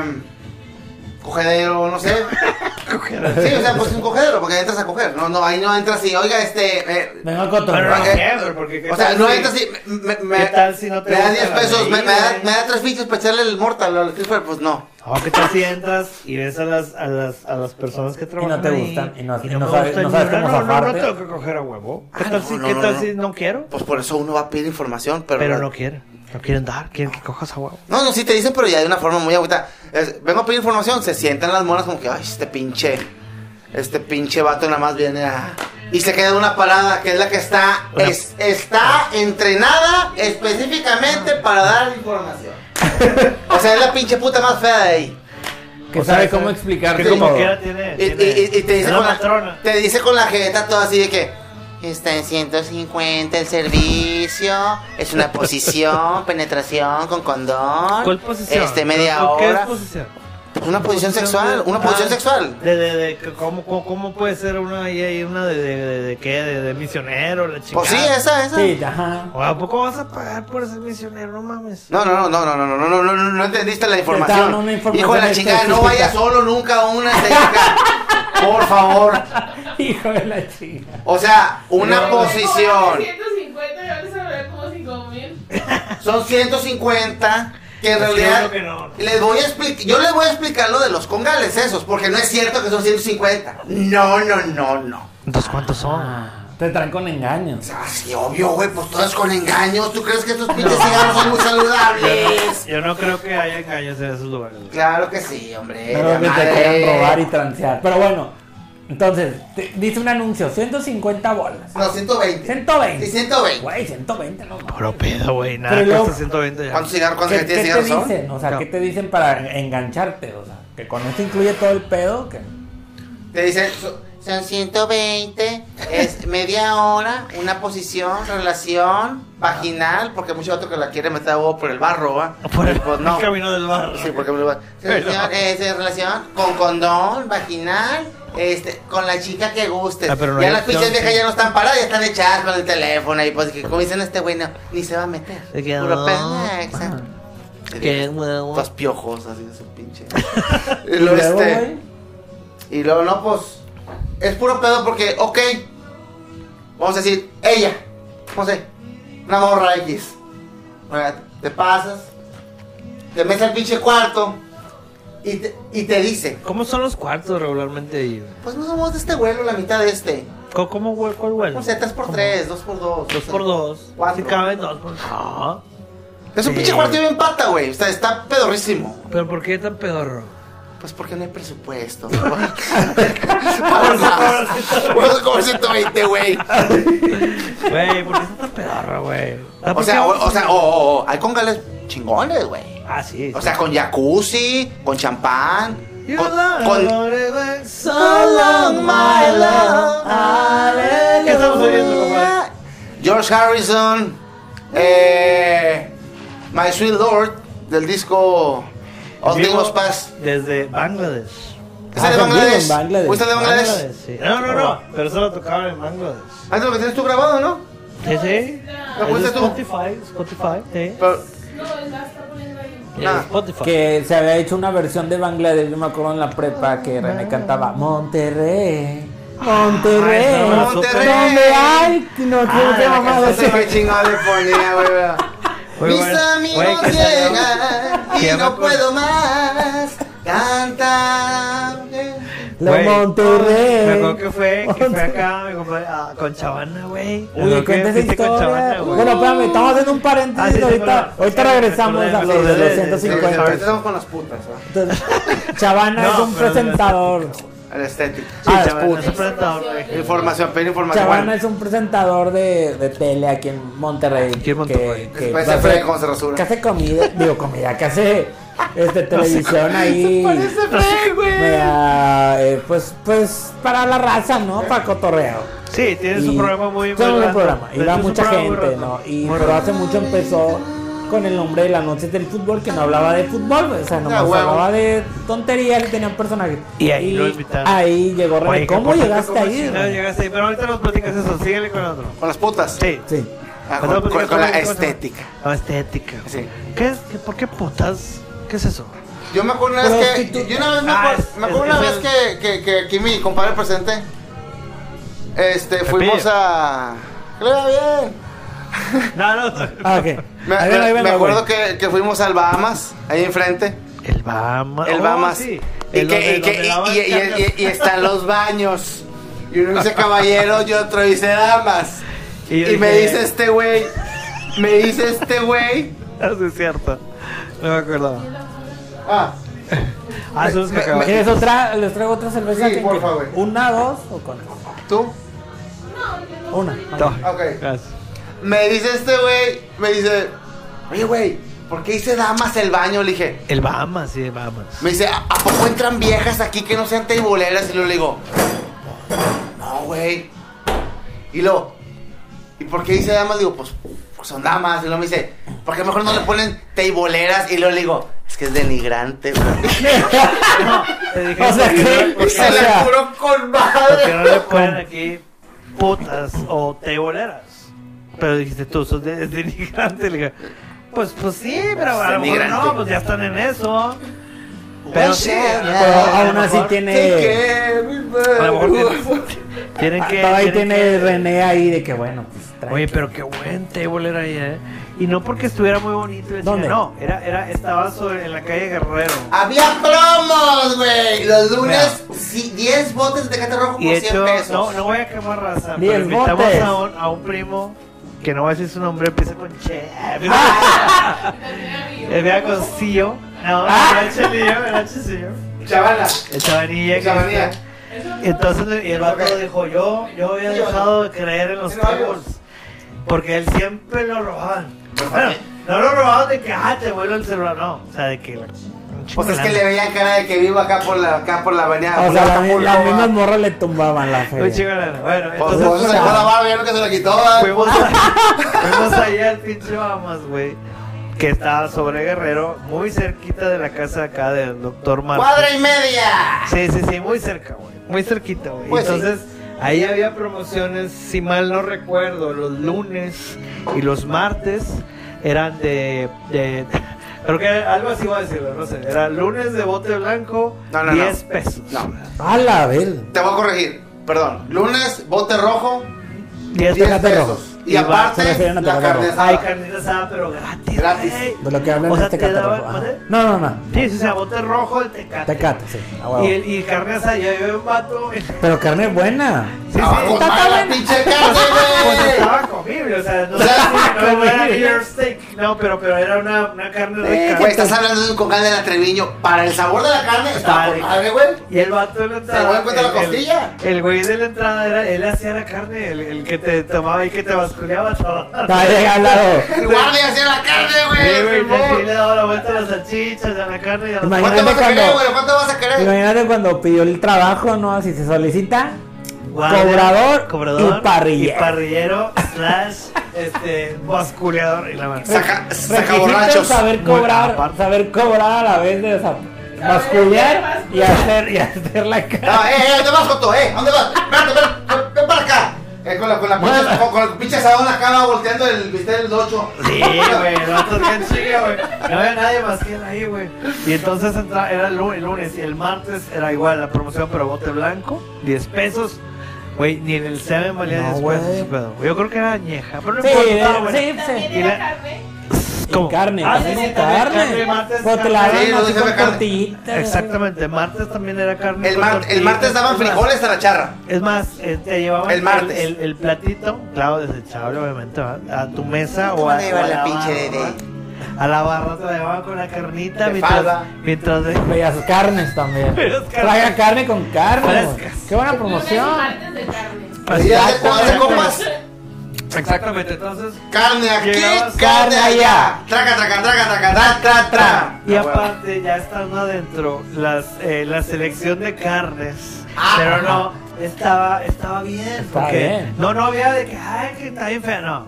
S4: cogedero, no sé. Sí, o sea, pues un cogedero, porque entras a coger. No, no, ahí no entras y, oiga, este. eh,
S3: Vengo a cotorrear.
S2: Pero no,
S4: eh,
S2: siempre, porque ¿qué
S4: o sea,
S2: tal
S4: no
S2: si-
S4: entras y. Me, me,
S2: ¿Qué tal si no te
S4: me da
S2: gusta
S4: 10
S2: la
S4: pesos, me, me da,
S2: medida?
S4: me da 3 fichas para echarle el mortal al Christopher, pues no.
S2: O que te sientas y ves a las, a las, a las personas que trabajan
S3: te
S2: ahí,
S3: gustan, y no- y
S2: me
S3: no sabes-
S2: gustan,
S3: no sabes
S2: y
S3: cómo
S2: no, no, no
S3: zafarte.
S2: tengo que coger a huevo. ¿Qué
S5: Ah,
S2: tal
S5: no,
S2: si
S5: no,
S2: qué
S5: no,
S2: tal
S5: no.
S2: si no quiero?
S5: Pues por eso uno va a pedir información, pero,
S2: Pero no quieren. No quieren dar. Quieren que cojas a huevo.
S4: No, no, sí te dicen, pero ya de una forma muy agüita. Es, vengo a pedir información, se sientan las monas como que, ay, este pinche, este pinche vato nada más viene a... Y se queda en una parada, que es la que está,
S2: Una-
S4: es, está entrenada específicamente para dar información. o sea, es la pinche puta más fea de ahí.
S3: Que
S2: O sea,
S3: sabe
S2: esa-
S3: cómo explicarte.
S2: Que como
S3: todo.
S2: quiera tiene.
S4: Y,
S2: tiene-
S4: y- y- y
S2: es
S4: te, dice
S2: la
S4: con la,
S2: patrona.
S4: te dice con la jeta toda así de que... Está en 150 el servicio, es una posición, penetración con condón.
S2: ¿Cuál posición?
S4: Este, media
S2: ¿Qué es
S4: hora.
S2: posición?
S4: Pues una posición sexual,
S2: de-
S4: una posición
S2: Ah,
S4: sexual.
S2: De, de, de, que ¿cómo, cómo, cómo puede ser una ahí, ahí, una de, de, de, de qué? De, de misionero, la Ah, chingada.
S4: Pues sí, esa, esa.
S3: Sí, ajá.
S2: O ¿A poco vas a pagar por ser misionero? No mames.
S4: No, no, no, no, no, no, no, no, no, no, no entendiste la
S3: Te
S4: información.
S3: dan una información
S4: Hijo de la chingada, no
S3: específica.
S4: vayas solo nunca a una estética. Por favor.
S3: Hijo de la chica.
S4: O sea, una posición.
S6: 150 y ahora se habrá como 5000.
S4: Son 150 que en
S2: Es que
S4: realidad
S2: yo creo Pues que no.
S4: les voy a explicar, yo les voy a explicar lo de los congales esos, porque no es cierto que son 150. No, no, no, no.
S2: Entonces, ¿cuántos son?
S3: Ah, te traen con engaños.
S4: Así obvio, güey, pues todas con engaños. ¿Tú crees que estos pinches cigarros son muy saludables?
S2: Yo no creo que haya engaños en esos lugares.
S4: Claro que sí, hombre.
S3: Pero
S4: la
S3: que te
S4: madre.
S3: quieran robar y transear. Pero bueno, entonces, te- dice un anuncio: 150 bolas.
S4: No, 120.
S3: 120.
S4: Sí, 120.
S3: Güey, 120, no mames.
S2: Puro pedo, güey. Nada
S3: Pero luego-
S2: cuesta 120 ya.
S4: ¿Cuántos cigarros, cuántos
S3: ¿Qué,
S4: cajetillas
S3: qué
S4: de
S3: te
S4: cigarros son?
S3: dicen? O sea,
S2: No.
S3: ¿qué te dicen para engancharte? O sea, que con esto incluye todo el pedo. Que...
S4: Te dicen, so- son 120, es media hora, una posición, relación, vaginal, porque mucho otro que la quiere meter a huevo por el barro, ¿va?
S2: Por el,
S4: Pues no. pues,
S2: camino del barro.
S4: este, Sí, porque me lo va- Relación, eh, sí, relación con condón, vaginal, Este, con la chica que guste.
S2: Ah, pero no
S4: ya
S2: hay
S4: las
S2: opción,
S4: pinches viejas
S2: sí.
S4: ya no están paradas, ya están echadas con el teléfono. Y pues, que como dicen este güey, no, ni se va a meter.
S2: Es que
S4: Puro
S2: no.
S4: pendexa.
S2: Qué huevo.
S4: Estás piojos, así de su pinche.
S3: Y
S4: y luego,
S3: luego,
S4: este,
S3: güey,
S4: y luego, no, pues. Es puro pedo porque, ok. Vamos a decir, ella. No sé. Una morra X. Ahora, Te pasas. Te metes al pinche cuarto. Y te, y te dice,
S2: ¿Cómo son los cuartos regularmente ahí? güey?
S4: pues no somos de este vuelo, la mitad de este.
S2: ¿Cómo, cómo güey? ¿Cuál vuelo?
S4: No sé, 3x3, 2x2.
S2: Dos por dos.
S4: Cuatro.
S2: Si caben dos por No.
S4: Es un
S2: Sí.
S4: pinche cuarto bien pata, güey. O sea, está pedorrísimo.
S2: ¿Pero por qué tan pedorro?
S4: Pues porque no hay presupuesto. Vamos a Vamos a cobrar 120, güey.
S2: Güey, ¿por qué está tan pedorro, güey? Ah,
S4: O
S2: ¿por
S4: sea,
S2: qué?
S4: o, o sea, o, o- o- hay congales chingones, güey.
S2: Ah, sí.
S4: O sea, con jacuzzi, con champán,
S2: You
S4: con,
S2: love
S4: con-
S2: me so long, my love. Aleluya. ¿Qué estamos oyendo, compadre?
S4: George Harrison, eh, My Sweet Lord del disco All
S2: Vivo
S4: Things Must Pass.
S2: Desde Bangladesh.
S4: ¿Esa es de
S3: Ah, también
S4: Bangladesh?
S3: en Bangladesh.
S4: ¿Fuiste de Bangladesh?
S2: Bangladesh, sí. No, no, no. Pero solo tocaba en Bangladesh.
S4: Ah, lo que tienes tú grabado, ¿no?
S2: Sí, sí.
S4: ¿Lo
S2: Es de
S4: fuiste tú?
S2: Spotify, Spotify, sí.
S4: Pero-
S6: No, la está poniendo ahí.
S2: Es
S4: Ah.
S2: Spotify.
S3: que se había hecho una versión de Bangladesh, yo me acuerdo en la prepa que René cantaba Monterrey. Monterrey,
S2: Ah, esa
S4: Monterrey.
S3: donde hay, no
S2: Ah,
S3: sé
S2: de
S3: qué
S2: la
S3: mamada
S4: Ese
S3: sea.
S4: güey chingón le ponía, güey. güey.
S2: Muy
S4: Mis
S2: bueno. Güey,
S4: amigos
S2: que salió-
S4: llegan
S2: que
S4: y
S2: ya me
S4: no
S2: acuerdo.
S4: puedo más cantar.
S3: La
S2: Güey,
S3: Monterrey.
S2: Me acuerdo que fue, que fue acá, mi compadre, ah, con Chavana, güey. Me
S3: Uy,
S2: acuerdo que
S3: cuenta esa
S2: fuiste con
S3: historia.
S2: Chavana, eh, güey.
S3: Bueno, espérame, estamos haciendo un
S2: Ah, sí,
S3: paréntesis
S2: sí,
S3: ahorita.
S2: perdón.
S3: Ahorita
S2: Sí,
S3: regresamos
S2: perdón,
S3: a los
S2: perdón,
S3: de
S2: perdón,
S4: Sí, güey,
S3: 250.
S4: Ahorita estamos con las putas, ¿va?
S3: Entonces, Chavana
S2: No,
S3: es un
S2: pero-
S3: presentador.
S4: El estético.
S2: Sí,
S3: Ah,
S2: Chavana,
S3: puta.
S2: se presentaba, güey.
S4: Información, pedir información.
S3: Chavana
S4: Bueno,
S3: es un presentador de, de tele aquí en Monterrey.
S2: Aquí en Monterrey.
S3: Que, que
S4: Después
S3: va a
S4: se frega
S3: hacer-
S4: cómo se rasura.
S3: Que hace comida, digo comida, que hace este, televisión ahí. Mira, eh, pues, pues para la raza, ¿no? Para cotorreo.
S2: Sí, tiene
S3: Y
S2: su programa muy
S3: tiene un
S2: muy
S3: programa. Y
S2: De
S3: va
S2: hecho, es un
S3: mucha
S2: programa muy
S3: gente,
S2: raro.
S3: ¿no? Y
S2: Muy
S3: pero
S2: raro.
S3: hace mucho empezó con el nombre de las noches del fútbol que no hablaba de fútbol, o sea, nomás
S4: Ah, huevo.
S3: hablaba de tonterías y tenía un personaje.
S2: Y ahí lo invitaron.
S3: Ahí llegó René.
S2: Oye,
S3: ¿Cómo
S2: que por
S3: llegaste
S2: cierto,
S3: ahí?
S2: ¿cómo chingados
S3: René?
S2: llegaste ahí? Pero ahorita nos platicas eso, síguele con otro.
S4: Con las putas.
S2: Sí.
S3: Sí.
S4: Ah,
S2: Ahorita nos
S4: con, con-
S2: platicas
S4: con la
S2: sobre cómo se-
S4: estética.
S2: La estética. güey.
S4: Sí.
S2: ¿Qué es? ¿Qué- ¿Por qué putas? ¿Qué es eso?
S4: Yo me acuerdo una vez que.
S3: Prostituta.
S4: Yo una vez me
S2: Ah,
S4: acuerdo,
S2: es-
S4: me acuerdo
S2: es-
S4: una vez
S2: es
S4: que, que, que aquí mi compadre presente. Este, fuimos a. Que le va bien.
S2: No, no, no.
S3: Ah, ok.
S4: Me,
S3: Ahí vengo, ahí
S4: me- me
S3: vengo, güey.
S4: acuerdo que, que fuimos al Bahamas, ahí enfrente.
S2: El Bahamas.
S4: El
S2: Oh,
S4: Bahamas.
S2: sí.
S4: Y
S2: El
S4: que-
S2: donde-
S4: y que-
S2: donde lavan
S4: y- y-
S2: cacas.
S4: y- y- y están los baños. Y uno dice caballero y otro dice damas.
S2: Y
S4: Y,
S2: yo
S4: me
S2: dije-
S4: dice este güey. Me dice este güey.
S2: Eso es cierto. No me acordaba.
S4: Ah,
S2: Ah, eso es
S4: Me-
S2: cacao.
S3: ¿Quieres otra? Les traigo otra cerveza.
S4: Sí,
S3: que-
S4: porfa, güey.
S3: Una, dos o con
S4: tú.
S3: una.
S2: No.
S4: Ok.
S2: Gracias.
S4: Me dice este güey. Me dice. Oye, güey, ¿por qué dice damas el baño? Le dije.
S2: El Bahamas, sí, el Bahamas.
S4: Me dice, ¿a, a poco entran viejas aquí que no sean teiboleras? Y yo le digo, no, güey. Y luego, ¿y por qué dice damas? Digo, pues, pues son damas. Y luego me dice, ¿por qué mejor no le ponen teiboleras? Y luego le digo, es que es denigrante, güey.
S2: Te dije,
S3: O sea,
S2: ¿por qué
S3: ¿qué?
S2: no-
S4: Y
S2: por
S4: se
S3: O
S4: le
S3: sea,
S4: juro con
S2: por qué no le
S4: madre.
S2: ponen aquí putas o teboleras? Pero dijiste tú, sos de- denigrante. Le dije, pues, pues sí, pero a lo mejor
S4: Denigrante.
S2: no, pues ya están en eso.
S4: Oh,
S2: Pero sí, ah, a lo mejor-
S3: Pero
S4: ah,
S2: a lo
S3: aún así
S2: mejor-
S3: tiene.
S2: A lo mejor tienen, tienen
S3: Ah,
S2: que. tienen
S3: todavía tiene
S2: que-
S3: René ahí de que bueno, pues trae.
S2: Oye, pero qué buen table era ahí, ¿eh? Y no porque estuviera muy bonito. El
S3: ¿Dónde?
S2: cine,
S3: Ah,
S2: no, era, era, estaba sobre, en la calle Guerrero.
S4: Había promos, güey. Los lunes,
S2: Mira.
S4: sí, 10 botes de tecate rojo
S2: Y
S4: por
S2: de
S4: 100
S2: hecho,
S4: pesos.
S2: no, no voy a quemar raza,
S3: Diez
S2: pero invitamos
S3: botes.
S2: a un, a un primo que no voy a decir su nombre, empieza con Che. Empieza con Cío. No,
S3: Ah.
S2: era Chelillo, era Checillo.
S4: Chavala,
S2: El chavanilla. que
S4: Chavanilla.
S2: está. Entonces y el vato
S4: Ok.
S2: dijo, yo, yo había dejado de creer en los tables. Porque él siempre lo robaban. Bueno, no lo robaban de que, ah, te vuelo el celular, no. O sea, de que...
S4: pues es que le veía cara de que vivo acá por la, acá por la avenida.
S3: O sea,
S4: por la
S3: la- las
S4: Acapulco, va.
S3: mismas morras le tumbaban la
S2: Muy
S3: feria.
S2: chingona. Bueno,
S4: Pues pues.
S2: entonces...
S4: por eso se dejó la barba, ya nunca se la quitó. ¿eh? ¿verdad?
S2: Fuimos, a- fuimos allá al pinche Bahamas, güey. Que estaba sobre Guerrero, muy cerquita de la casa acá del doctor Marcos.
S4: ¡Cuadra y media!
S2: Sí, sí, sí, muy cerca, güey. muy cerquita, güey.
S4: Pues sí.
S2: Entonces, ahí había promociones, si mal no recuerdo, los lunes y los martes eran de. de- creo que era algo así iba a decirlo, no sé. Era lunes de bote blanco,
S4: No, no, no.
S2: 10 pesos.
S4: No.
S3: A la ver.
S4: Te voy a corregir. Perdón. Lunes, bote rojo,
S2: 10
S4: 10
S2: pesos.
S3: Tecate rojo.
S4: pesos. Y
S3: Y va, se
S4: aparte,
S3: refieren a
S4: la
S3: Tecate rojo.
S4: carne
S2: Hay
S4: asada.
S2: carnita asada, pero gratis.
S4: Gratis.
S2: güey.
S3: De lo que hablan
S2: O sea,
S3: es
S2: te
S3: Tecate
S2: daban-
S3: rojo, ajá.
S2: ¿vale?
S3: No, no, no.
S2: Sí, sí, o sea, bote rojo, el tecate.
S3: Tecate, sí. A huevo.
S2: Y, el, y carne asada, yo había un vato. güey.
S3: Pero carne buena.
S2: Sí,
S4: Ah,
S2: sí.
S4: con mala pinche
S2: Pues
S4: carne, güey.
S2: estaba comible, o sea, no,
S4: O sea,
S2: no, no era
S3: comible.
S2: beer steak, no, pero, pero era una, una carne rica.
S4: Güey, estás hablando de un cocal de la Treviño. Para el sabor de la carne, está por madre, güey.
S2: Y el vato de la entrada.
S4: güey cuenta
S2: el-
S4: la costilla.
S2: El, el güey de la entrada era, él hacía la carne, el, el que te tomaba y que te basculeaba todo.
S3: Está ahí al lado.
S4: El guardia hacía la carne,
S2: Sí, güey,
S4: güey.
S2: y aquí
S4: Simón.
S2: le daba la vuelta a las salchichas, a la carne y a los-
S3: Imagínate.
S4: ¿Cuánto vas a
S3: cuando-
S4: querer, güey? ¿Cuánto vas a querer?
S3: Imagínate cuando pidió el trabajo, ¿no? Si se solicita.
S2: Guardia,
S3: Cobrador y parrillero.
S2: Y parrillero, slash, este, basculeador y la mano.
S4: Saca, saca
S3: Requisito
S4: borrachos.
S3: saber
S2: Bueno,
S3: cobrar,
S2: aparte-
S3: saber cobrar a la vez de esa bascular y hacer y hacer la
S4: No,
S3: cara.
S4: eh, eh, ¿dónde vas, Joto? ¿Eh? ¿A ¿Dónde vas? Espérate, espérate, ven para acá. Eh, con la, con la pinche, con, con el pinche asadón acá va volteando el bistec del 8.
S2: Sí, güey, el vato es bien chica, güey. No había nadie más que él ahí, güey. Y entonces entra, era el lu- el lunes y el martes era igual la promoción, pero bote blanco, 10 pesos. Güey, ni en el Seven valía
S3: No,
S2: 10 pesos.
S3: güey.
S2: ese pedo. Yo creo que era añeja, pero no
S3: Sí,
S2: importa, estaba buena.
S3: sí,
S6: También
S3: sí.
S2: Y
S6: era
S2: la-
S6: carne.
S2: ¿Cómo?
S3: Carne,
S2: Ah,
S3: también
S2: sí,
S3: es
S2: también
S3: carne.
S2: martes,
S3: Pues te la
S2: carne.
S4: Sí,
S3: dan
S4: lo
S3: así
S4: dice
S3: con
S4: la carne.
S3: tortillitas.
S2: Exactamente, martes también era carne.
S4: El,
S2: con
S4: mar- el
S2: tortillas.
S4: martes daban
S2: Es más,
S4: frijoles a la charra.
S2: Es más,
S4: Pues,
S2: eh, te llevaban
S4: El martes.
S2: El, el platito, claro, desechable, obviamente, ¿va? a tu mesa o
S4: ¿Cómo
S2: a,
S4: te llevan
S2: o a
S4: la pinche
S2: barra,
S4: de-
S2: ¿va? A la barra te la llevaban con la carnita
S4: De
S2: mientras,
S4: falda.
S2: mientras de-
S3: Bellas carnes también.
S2: Bellas carnes.
S3: Traiga carne con carne. güey.
S2: Frescas.
S3: Qué buena
S6: Lunes y
S3: promoción.
S6: martes de carne.
S4: Y ya se jugaban de copas.
S2: Exactamente, entonces.
S4: Carne aquí,
S2: Llegabas-
S4: carne allá. Traca, traca, traca, traca, tra, tra, tra. Ah,
S2: Y aparte, ya estando adentro, las, eh, la selección de carnes.
S4: Ah.
S2: pero no, estaba, estaba bien.
S3: Está
S2: Porque
S3: bien.
S2: No, no había de que, ay, que está bien fea", no.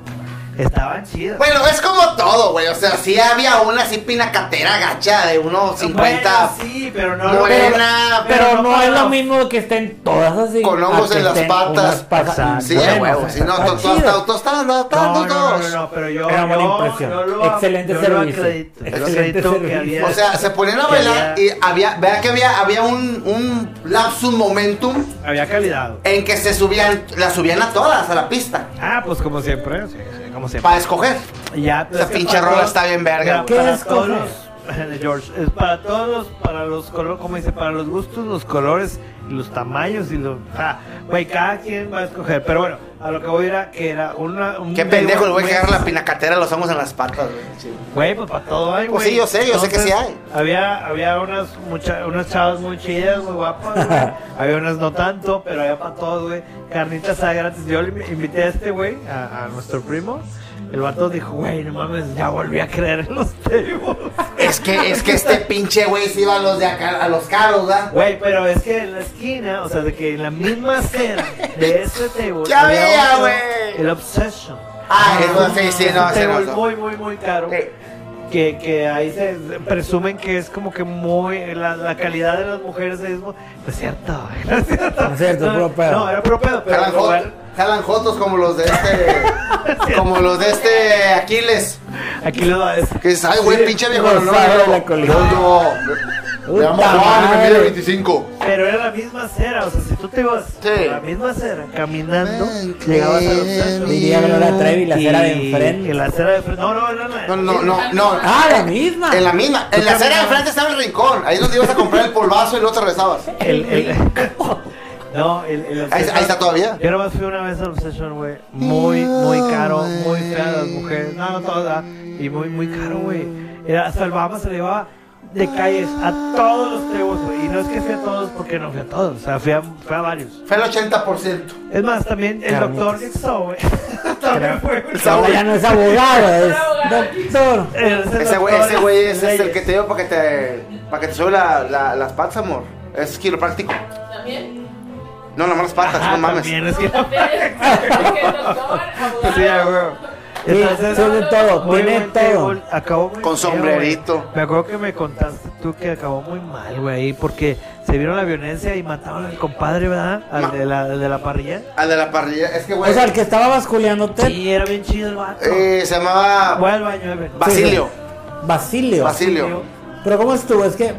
S2: Estaban chidas.
S4: Bueno, es como todo, güey. O sea, sí había una así pinacatera gacha de unos 50
S2: Bueno, sí, pero no
S4: morena.
S3: Pero, no,
S2: para
S3: es lo
S2: los-
S3: mismo que estén todas así.
S4: Con hongos
S3: a Ah, que
S4: en las
S3: estén
S4: patas.
S3: unas patas.
S4: Sí,
S3: Bueno,
S4: a huevo.
S3: o sea,
S4: Si no,
S3: está
S4: to-
S3: chido.
S4: to- tostadas, no,
S2: No, no,
S4: tostadas,
S2: no, no,
S4: dos.
S2: no, pero yo.
S3: Era buena
S2: yo-
S3: impresión.
S2: yo lo-
S3: Excelente
S2: yo
S3: servicio.
S2: Lo acredito, yo
S3: Excelente
S2: acredito que
S3: servicio.
S2: había-
S4: O sea, se ponían a
S2: que
S4: bailar y
S2: había-
S4: había, vea que había, había un, un lapsus momentum
S2: Había calidad. güey.
S4: en que se subían, las subían a todas a la pista
S2: Ah, pues como siempre. Sí, sí, como siempre.
S4: para escoger.
S2: Ya,
S4: Esa pinche rola está bien verga,
S2: Mira,
S3: güey.
S2: para
S3: ¿Qué es,
S2: todos
S3: coge?
S2: los- de George, es para todos los, para los colores, como dice, para los gustos, los colores, y los tamaños y los. ah, Güey, cada quien va a escoger. Pero bueno, a lo que voy era que era una. Un
S4: Qué pendejo el güey que
S2: menú-
S4: agarra la pinacatera los hongos en las patas, güey.
S2: Güey, pues para todo hay, güey.
S4: Pues sí, yo sé, yo sé que sí hay.
S2: Había, había unas, mucha- unas chavas muy chidas, muy guapas, güey. había unas no tanto, pero había para todos, güey. Carnitas asada gratis. Yo le invi- invité a este güey, a, a nuestro primo. El vato dijo, güey, no mames, ya volví a creer en los tables.
S4: Es que, es que este pinche güey se iba a los de acá, a los caros, ¿verdad?
S2: Güey, pero es que en la esquina, o sea, de que en la misma acera de ese table.
S4: Ya había,
S2: otro,
S4: güey.
S2: El Obsession.
S4: Ah, eso sí, sí, no,
S2: Es un
S4: sí, no,
S2: table
S4: no.
S2: muy, muy, muy caro.
S4: Sí.
S2: que, que ahí se se presumen que es como que muy la, la calidad de las mujeres es mu- no es cierto güey, no es cierto
S3: No es cierto,
S2: no,
S3: puro pedo.
S2: no era puro pedo pero
S4: Jalan,
S2: el
S4: jot-
S2: lugar-
S4: jalan jotos como los de este. como los de este Aquiles.
S2: aquí lo es
S4: Que dices, ay, güey, pinche viejo, no,
S3: los
S4: no,
S3: sabe
S4: no,
S3: la colina.
S4: no, no. Le
S3: Puta
S4: llamo Juan, me
S3: madre.
S4: mide 25.
S2: pero era la misma acera o sea si tú te ibas
S4: Sí.
S2: por la misma acera caminando
S4: Ven,
S2: llegabas a los
S4: ven,
S2: centros
S3: Diría Gloria Trevi, la
S2: y-
S3: acera de
S2: y
S3: enfrente.
S2: la acera de enfrente no no no, no,
S4: No, no, no, no.
S3: Ah, la misma.
S4: En la misma, en la
S2: Tú
S4: acera de
S2: caminabas.
S4: frente estaba el rincón. Ahí donde ibas a comprar el polvazo y luego te regresabas.
S2: el, el- no el, el
S4: Ahí, ahí está todavía.
S2: Yo nomás fui una vez al Obsession, güey. Muy, muy caro, muy fea las mujeres. No, no todas. ah, Y muy, muy caro, güey. Era hasta el Bahama se le llevaba de calles a todos los tribus, güey. Y no es que fui a todos porque no fui a todos. O sea, fui a, fui a varios.
S4: Fue el 80%.
S2: Es más, también el
S3: Carnitas.
S2: doctor Nixon, güey. también fue. güey.
S3: Ahora ya no es abogado, es doctor.
S2: Es el
S4: Ese güey,
S2: doctor
S4: ese güey es, es el
S2: Reyes.
S4: que te dio para que te, para que te sube la, la- las patas, amor. Es quiropráctico.
S6: También.
S4: No, nomás las patas,
S2: Ah,
S4: no mames.
S2: También es que.
S6: Ustedes, porque el doctor, abogado.
S2: Sí, ah, güey.
S3: Sí, tiene todo,
S2: muy
S3: tiene
S2: buen
S3: todo.
S2: table, Acabó muy
S4: Con
S2: feo,
S4: sombrerito.
S2: güey. Me acuerdo que me contaste tú que acabó muy mal, güey, porque se vieron la violencia y mataron al compadre, ¿verdad? Al de la, al de la parrilla.
S4: Al de la parrilla, es que
S3: O
S4: güey.
S3: sea, el que estaba basculeándote,
S2: Sí, era bien chido el vato.
S4: eh, se llamaba
S2: Voy al baño, eh, ven.
S4: Basilio.
S3: Basilio.
S4: Basilio.
S3: Pero ¿cómo estuvo? Es que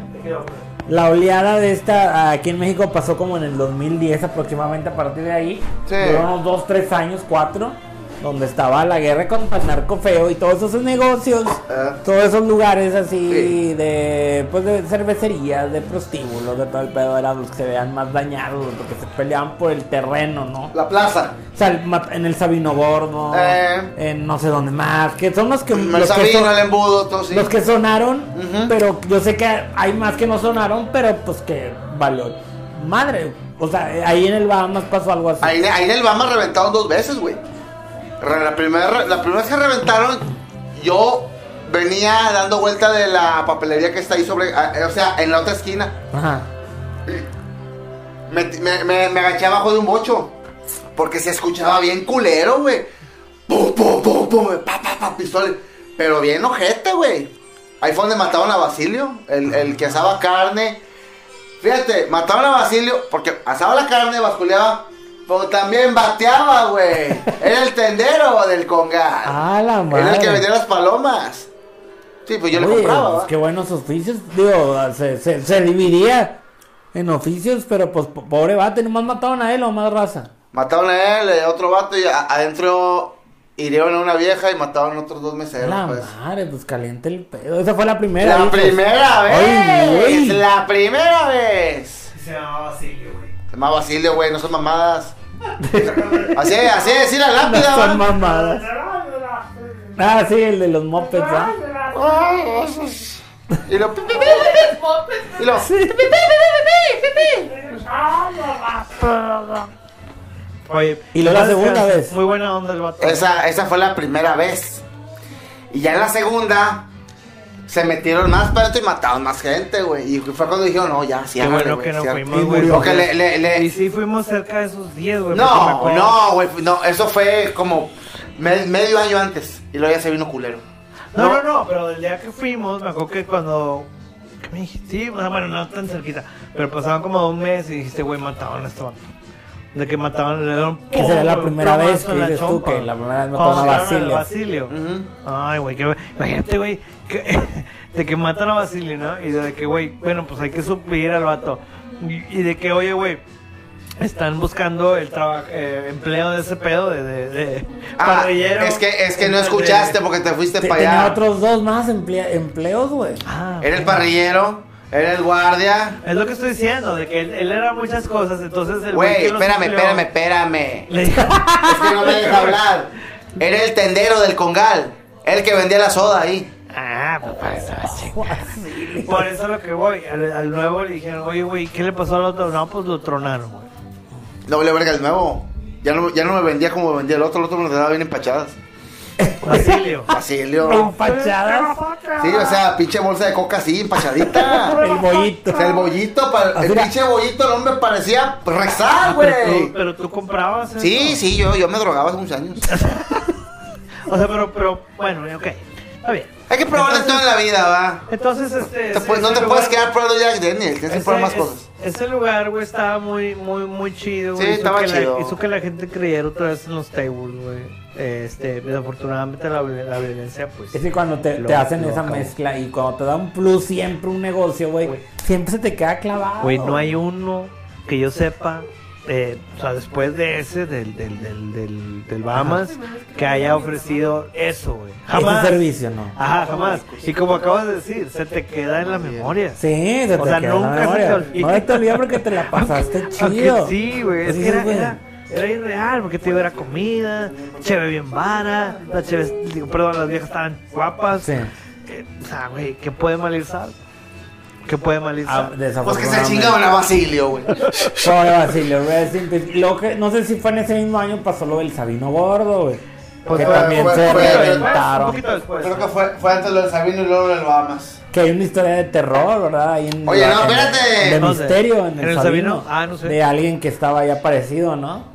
S3: la oleada de esta aquí en México pasó como en el 2010 aproximadamente a partir de ahí.
S4: Sí.
S3: Duró unos 2, 3 años, 4, donde estaba la guerra contra el narcofeo y todos esos negocios,
S4: Ah.
S3: todos esos lugares así
S4: Sí.
S3: de pues de cervecerías, de prostíbulos, de todo el pedo, eran los que se vean más dañados, los que se peleaban por el terreno, ¿no?
S4: La plaza.
S3: O sea, el ma- en el Sabino Gordo,
S4: Eh.
S3: en no sé dónde más, que son los que...
S4: El
S3: los que son-
S4: Sabino, el embudo, todo sí.
S3: los que sonaron,
S4: Ujú.
S3: pero yo sé que hay más que no sonaron, pero pues que valió. Madre, o sea, ahí en el Bahamas pasó algo así.
S4: Ahí, ahí en el Bama reventaron dos veces, güey. Re- La primera, la primera vez que reventaron, yo venía dando vuelta de la papelería que está ahí sobre, ah, eh, o sea, en la otra esquina.
S3: Ajá.
S4: Me, me, me- me agaché abajo de un bocho. Porque se escuchaba bien culero, güey. Pum, pum, pum, pum, güey, pa, pa, pa, pistola. Pero bien ojete, güey. Ahí fue donde mataron a Basilio, el, el que asaba carne. Fíjate, mataron a Basilio porque asaba la carne, basculeaba, pero también bateaba, güey. Era el tendero del congal.
S3: Ah, la
S4: Era el que
S3: madre.
S4: vendía las palomas. Sí, pues yo le
S3: Oye,
S4: compraba.
S3: pues,
S4: ¿va?
S3: qué buenos oficios, digo, se, se, se dividía en oficios, pero pues po- pobre vato, nomás mataron a él o más raza.
S4: Mataron a él, eh, otro vato y a- adentro hirieron a una vieja y mataron a otros dos meseros.
S3: la
S4: pues.
S3: madre, pues caliente el pedo. Esa fue la primera.
S4: La
S3: dices.
S4: primera
S3: Ay, güey.
S4: vez. La primera vez.
S2: Se llamaba Basilio, güey.
S4: Se llama Basilio, güey, no son mamadas. Así, así, así la
S3: No
S4: lápida.
S3: son
S4: va.
S3: mamadas. Ah, sí, el de los mopeds, ¿ah?
S4: Y lo. pi, pi, pi, Y lo.
S2: Oye,
S3: Y luego la
S2: ¿sabes
S3: segunda
S2: qué?
S3: vez.
S2: Muy buena onda el vato.
S4: Esa, esa fue la primera vez. Y ya en la segunda se metieron más para adentro y mataron más gente, güey. Y fue cuando dijeron, no, ya, sí,
S2: Qué
S4: ándale,
S2: bueno
S4: güey,
S2: que no
S4: sí,
S2: fuimos,
S4: y
S2: güey,
S4: murió.
S2: porque-
S4: Que le- le- le-
S2: Y sí fuimos cerca de esos 10, güey. porque me
S4: No,
S2: acuerdo-
S4: no, güey, no, eso fue como me- medio año antes. Y luego ya se vino culero.
S2: No, no, no, pero el día que fuimos, me acuerdo que cuando. ¿qué me dijiste? Sí, o sea, bueno, no tan cerquita. Pero pasaban como un mes y dijiste, güey, mataban a este vato. De que mataban, le dieron.
S3: Que será la primera
S2: plomazo
S3: vez que
S2: en la
S3: dices tú
S2: chompa.
S3: que la primera vez
S2: Cuando
S3: mataron a
S2: mataron al Basilio.
S4: Ujú.
S2: Ay, güey, que, imagínate, güey, que- de que matan a Basilio, ¿no? Y de que, güey, bueno, pues hay que suplir al vato. Y, y de que, oye, güey, están buscando el traba- eh, empleo de ese pedo de, de, de
S4: Ah,
S2: parrillero.
S4: es que, es que no
S2: De-
S4: escuchaste porque te fuiste
S3: Te-
S4: para
S3: Tenía
S4: allá.
S3: otros dos más emplea- empleos, güey.
S2: Ah,
S4: Era el parrillero, era el guardia.
S2: Es lo que estoy diciendo, de que él, él era muchas cosas, entonces el
S4: Güey,
S2: que los
S4: espérame,
S2: empleó-
S4: espérame, espérame.
S2: Le dijo,
S4: Es que no me deja hablar. Era el tendero del congal. El que vendía la soda ahí.
S2: ah, papá, estaba chingada. Por eso lo que voy, al, al nuevo le dijeron, oye, güey, ¿qué le pasó al otro? No, pues lo tronaron, güey.
S4: No le verga el nuevo. Ya no, ya no me vendía como vendía el otro. El otro me lo daba bien empachadas.
S2: Basilio.
S4: Ah, Basilio.
S3: Empachadas.
S4: Sí, o sea, pinche bolsa de coca así, empachadita.
S3: El bollito.
S4: O sea, el bollito, para, el
S3: Mira.
S4: pinche bollito, el hombre parecía rezar,
S2: Pero tú,
S4: güey.
S2: pero tú comprabas eso.
S4: Sí, sí, yo, yo me drogaba hace unos años.
S2: O sea, pero, pero, bueno, ok. Está bien.
S4: Hay que probar de todo en la vida, va.
S2: Entonces, este.
S4: Te
S2: ese-
S4: puedes- no
S2: ese
S4: te puedes
S2: lugar-
S4: quedar probando Jack Daniel, tienes que
S2: ese-
S4: probar más
S2: es-
S4: cosas.
S2: Ese lugar, güey, estaba muy, muy, muy chido. güey.
S4: Sí,
S2: Hizo
S4: estaba
S2: que la-
S4: chido.
S2: hizo que la gente creyera otra vez en los tables, güey. Este, desafortunadamente la, vi- la violencia, pues.
S3: Es que cuando te,
S2: Lo-
S3: te hacen
S2: lo
S3: esa
S2: acabo.
S3: mezcla y cuando te da un plus siempre un negocio, güey,
S2: Güey.
S3: siempre se te queda clavado.
S2: Güey, no hay uno que yo sepa, eh, o sea, después de ese, del, del, del, del, del Bahamas, que haya ofrecido eso, güey.
S3: Ese
S2: Jamás.
S3: servicio, ¿no.
S2: Ajá, jamás. Y como acabas de decir, se te queda en la memoria.
S3: Sí, se
S2: O
S3: te
S2: sea,
S3: queda en la
S2: nunca se te
S3: memoria.
S2: olvida.
S3: No se te olvida porque te la pasaste
S2: Aunque
S3: chido.
S2: sí, güey. Es
S3: Así
S2: que era,
S3: güey.
S2: era, era irreal, porque te iba a dar comida, cheve bien vara, la cheve, digo, perdón, las viejas estaban guapas.
S3: Sí.
S2: Eh, o sea, güey, ¿qué puede mal ir sal? ¿Qué puede mal ir
S3: Ah,
S2: sal?
S4: Pues que
S3: desafortunadamente.
S4: se chingaban a Basilio, güey.
S3: Pobre Basilio, rest in peace. Lo que, no sé si fue en ese mismo año pasó lo del Sabino Gordo, güey.
S2: Pues
S3: que
S4: fue-
S3: también
S4: fue-
S3: se
S4: fue- fue-
S2: un
S3: reventaron.
S2: poquito después.
S4: Creo que fue, fue antes lo del Sabino y luego lo del Bahamas.
S3: Que hay una historia de terror, ¿verdad? Ahí en-
S4: Oye, no,
S3: en-
S4: espérate.
S3: De
S2: ¿Dónde?
S3: misterio en el,
S2: ¿En el
S3: Sabino.
S2: Sabino? Ah, no sé.
S3: De alguien que estaba ahí aparecido, ¿no?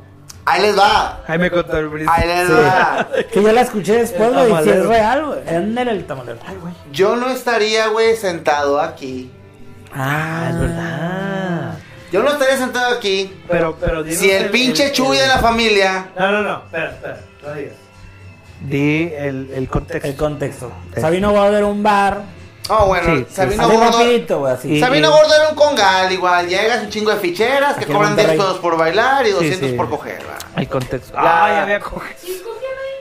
S4: Ahí les va.
S2: Ahí me contó el bris.
S4: Ahí les va.
S3: Que yo la escuché después,
S2: El
S3: güey, y si es
S2: tamalero.
S3: real, güey. Él era el tamalero. Ay, güey.
S4: Yo no estaría, güey, sentado aquí.
S3: Ah,
S2: es verdad.
S4: Yo no estaría sentado aquí
S2: Pero, pero dinos
S4: si el pinche Chuy de la familia.
S2: No, no, no, espera, espera, no digas. Di el, el contexto.
S3: El contexto. Sabino Gordo era un bar.
S4: Oh, bueno,
S2: Sí, sí,
S4: Sabino
S3: así
S4: Gordo.
S3: rapidito, güey, así.
S2: Y-
S4: Sabino Gordo era un congal, igual. Llegas un chingo de ficheras que
S3: Aquí en
S4: cobran 10
S3: Monterrey.
S4: pesos por bailar y 200
S2: sí.
S4: por coger, va.
S2: El contexto.
S4: La-
S2: Ay, había cogido.
S6: ¿Sí cogían ahí?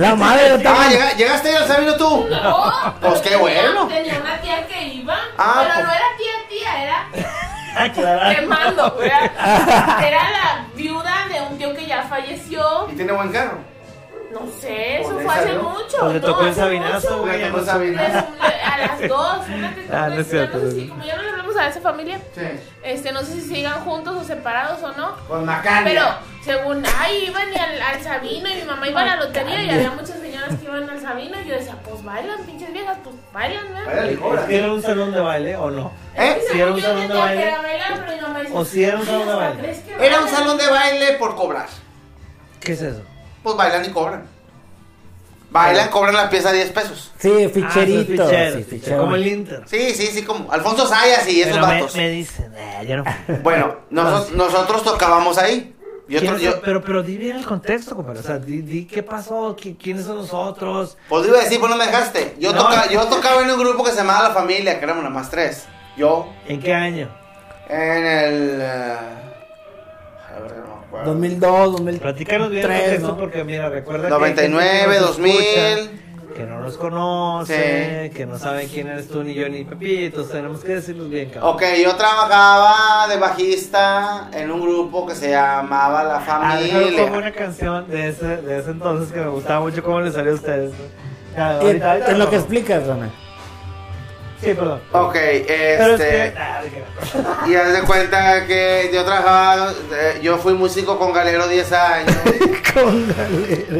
S3: La madre de
S4: Ah, llega- llegaste al Sabino tú.
S6: No.
S4: Pues qué
S6: Tenía-
S4: bueno.
S6: Tenía una tía que iba,
S4: Ah,
S6: pero
S4: pues-
S6: no era tía, tía, era quemando. Era, era la viuda de un tío que ya falleció.
S4: Y tiene buen carro.
S6: No sé, eso
S4: Pues
S6: fue
S4: le
S6: hace
S4: salió.
S6: mucho.
S2: Pues le
S6: no,
S2: tocó el
S6: hace
S2: sabinazo,
S6: mucho.
S2: güey. ya
S4: Pues
S2: no sé.
S4: Sabino.
S6: Es un- A las dos, una que-
S2: Ah, no es cierto,
S6: no sé
S2: no.
S6: si- como ya no le hablamos a esa familia,
S4: Sí.
S6: este, no sé si sigan juntos o separados o no.
S4: Con Macario.
S6: Pero según, ay, iban y al, al Sabino y mi mamá iba a la lotería y había muchas señoras que iban al Sabino y yo decía, pues bailan, pinches viejas, pues bailan, ¿verdad?
S4: Vale, le
S2: ¿Es
S4: cobra.
S2: que era un salón de baile o no?
S4: ¿Eh?
S2: si era un
S6: Según yo
S2: salón de
S6: tenía que
S2: baile.
S6: era bailar, pero mi mamá dice,
S2: O si era un
S6: "Ay,
S2: salón de
S6: hasta
S2: baile.
S6: crees que
S4: Era un
S6: bailan".
S4: salón de baile por cobrar.
S2: ¿Qué es eso?
S4: Pues bailan y cobran. Bailan, cobran la pieza 10 pesos.
S3: Sí,
S2: Ah, son
S3: ficherito.
S2: ficheros,
S3: sí, fichero.
S2: Como el Inter.
S4: Sí, sí, sí, como Alfonso Sayas y esos
S2: Pero me,
S4: vatos.
S2: me dicen, eh, yo no.
S4: Bueno, noso- nosotros tocábamos ahí. Y
S2: ¿Quiénes
S4: otro,
S2: son?
S4: yo,
S2: Pero, pero di bien el contexto, compadre. O sea, di, di qué pasó, qui- quiénes son nosotros.
S4: pues iba a decir, pues no me dejaste. Yo,
S2: No.
S4: toca- yo tocaba en un grupo que se llamaba La Familia, que éramos nada más tres. Yo,
S2: ¿En qué año?
S4: en el. eh, a ver, no me acuerdo.
S3: 2002, 2003.
S2: Platícanos bien el
S3: Tres,
S2: contexto
S3: ¿no?
S2: porque, mira, recuerda que.
S4: 99,
S2: hay gente que nos
S4: 2000.
S2: escucha, Que no nos conoce,
S4: Sí.
S2: que no saben quién eres tú, ni yo, ni Pepito. Tenemos que decirlos bien, cabrón.
S4: Ok, yo trabajaba de bajista en un grupo que se llamaba La
S2: Ah, déjame pongo
S4: Familia.
S2: una canción de ese, de ese entonces que me gustaba mucho cómo les salió a ustedes. Ya,
S3: Y-
S2: ahorita- ahorita
S3: En lo que
S2: pongo.
S3: explicas, Ronald.
S2: Sí, perdón.
S4: Ok,
S2: Pero es
S4: este.
S2: que- ah, dije,
S4: Y haz de cuenta que yo trabajaba, eh, yo fui músico con Galero 10 años.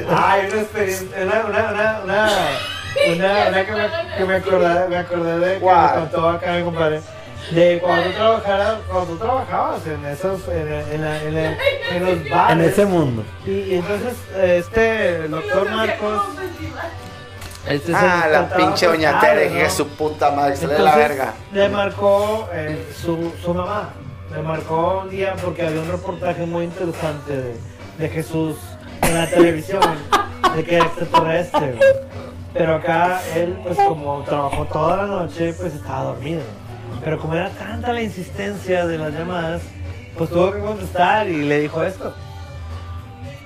S2: Ay, una experiencia, una, una, una, una, una, una que, me, que me acordé, me acordé de que
S4: ¿Cuál?
S2: me contó acá mi compadre. De cuando tú trabajara- cuando tú trabajabas en esos, en, en, la- en, la- en los bares.
S3: En ese mundo.
S2: y, y entonces este el doctor Marcos
S8: Este es
S4: ah,
S2: el
S4: la
S2: contador
S4: pinche doña
S2: contable,
S4: Tere,
S2: ¿no?
S4: que es su puta madre, que se le dé la
S2: entonces, eh,
S4: verga.
S2: le marcó eh, su, su mamá. Le marcó un día porque había un reportaje muy interesante de, de Jesús en la televisión, de que era extraterrestre. güey. Pero acá él, pues como trabajó toda la noche, pues estaba dormido. Pero como era tanta la insistencia de las llamadas, pues tuvo que contestar y le dijo esto.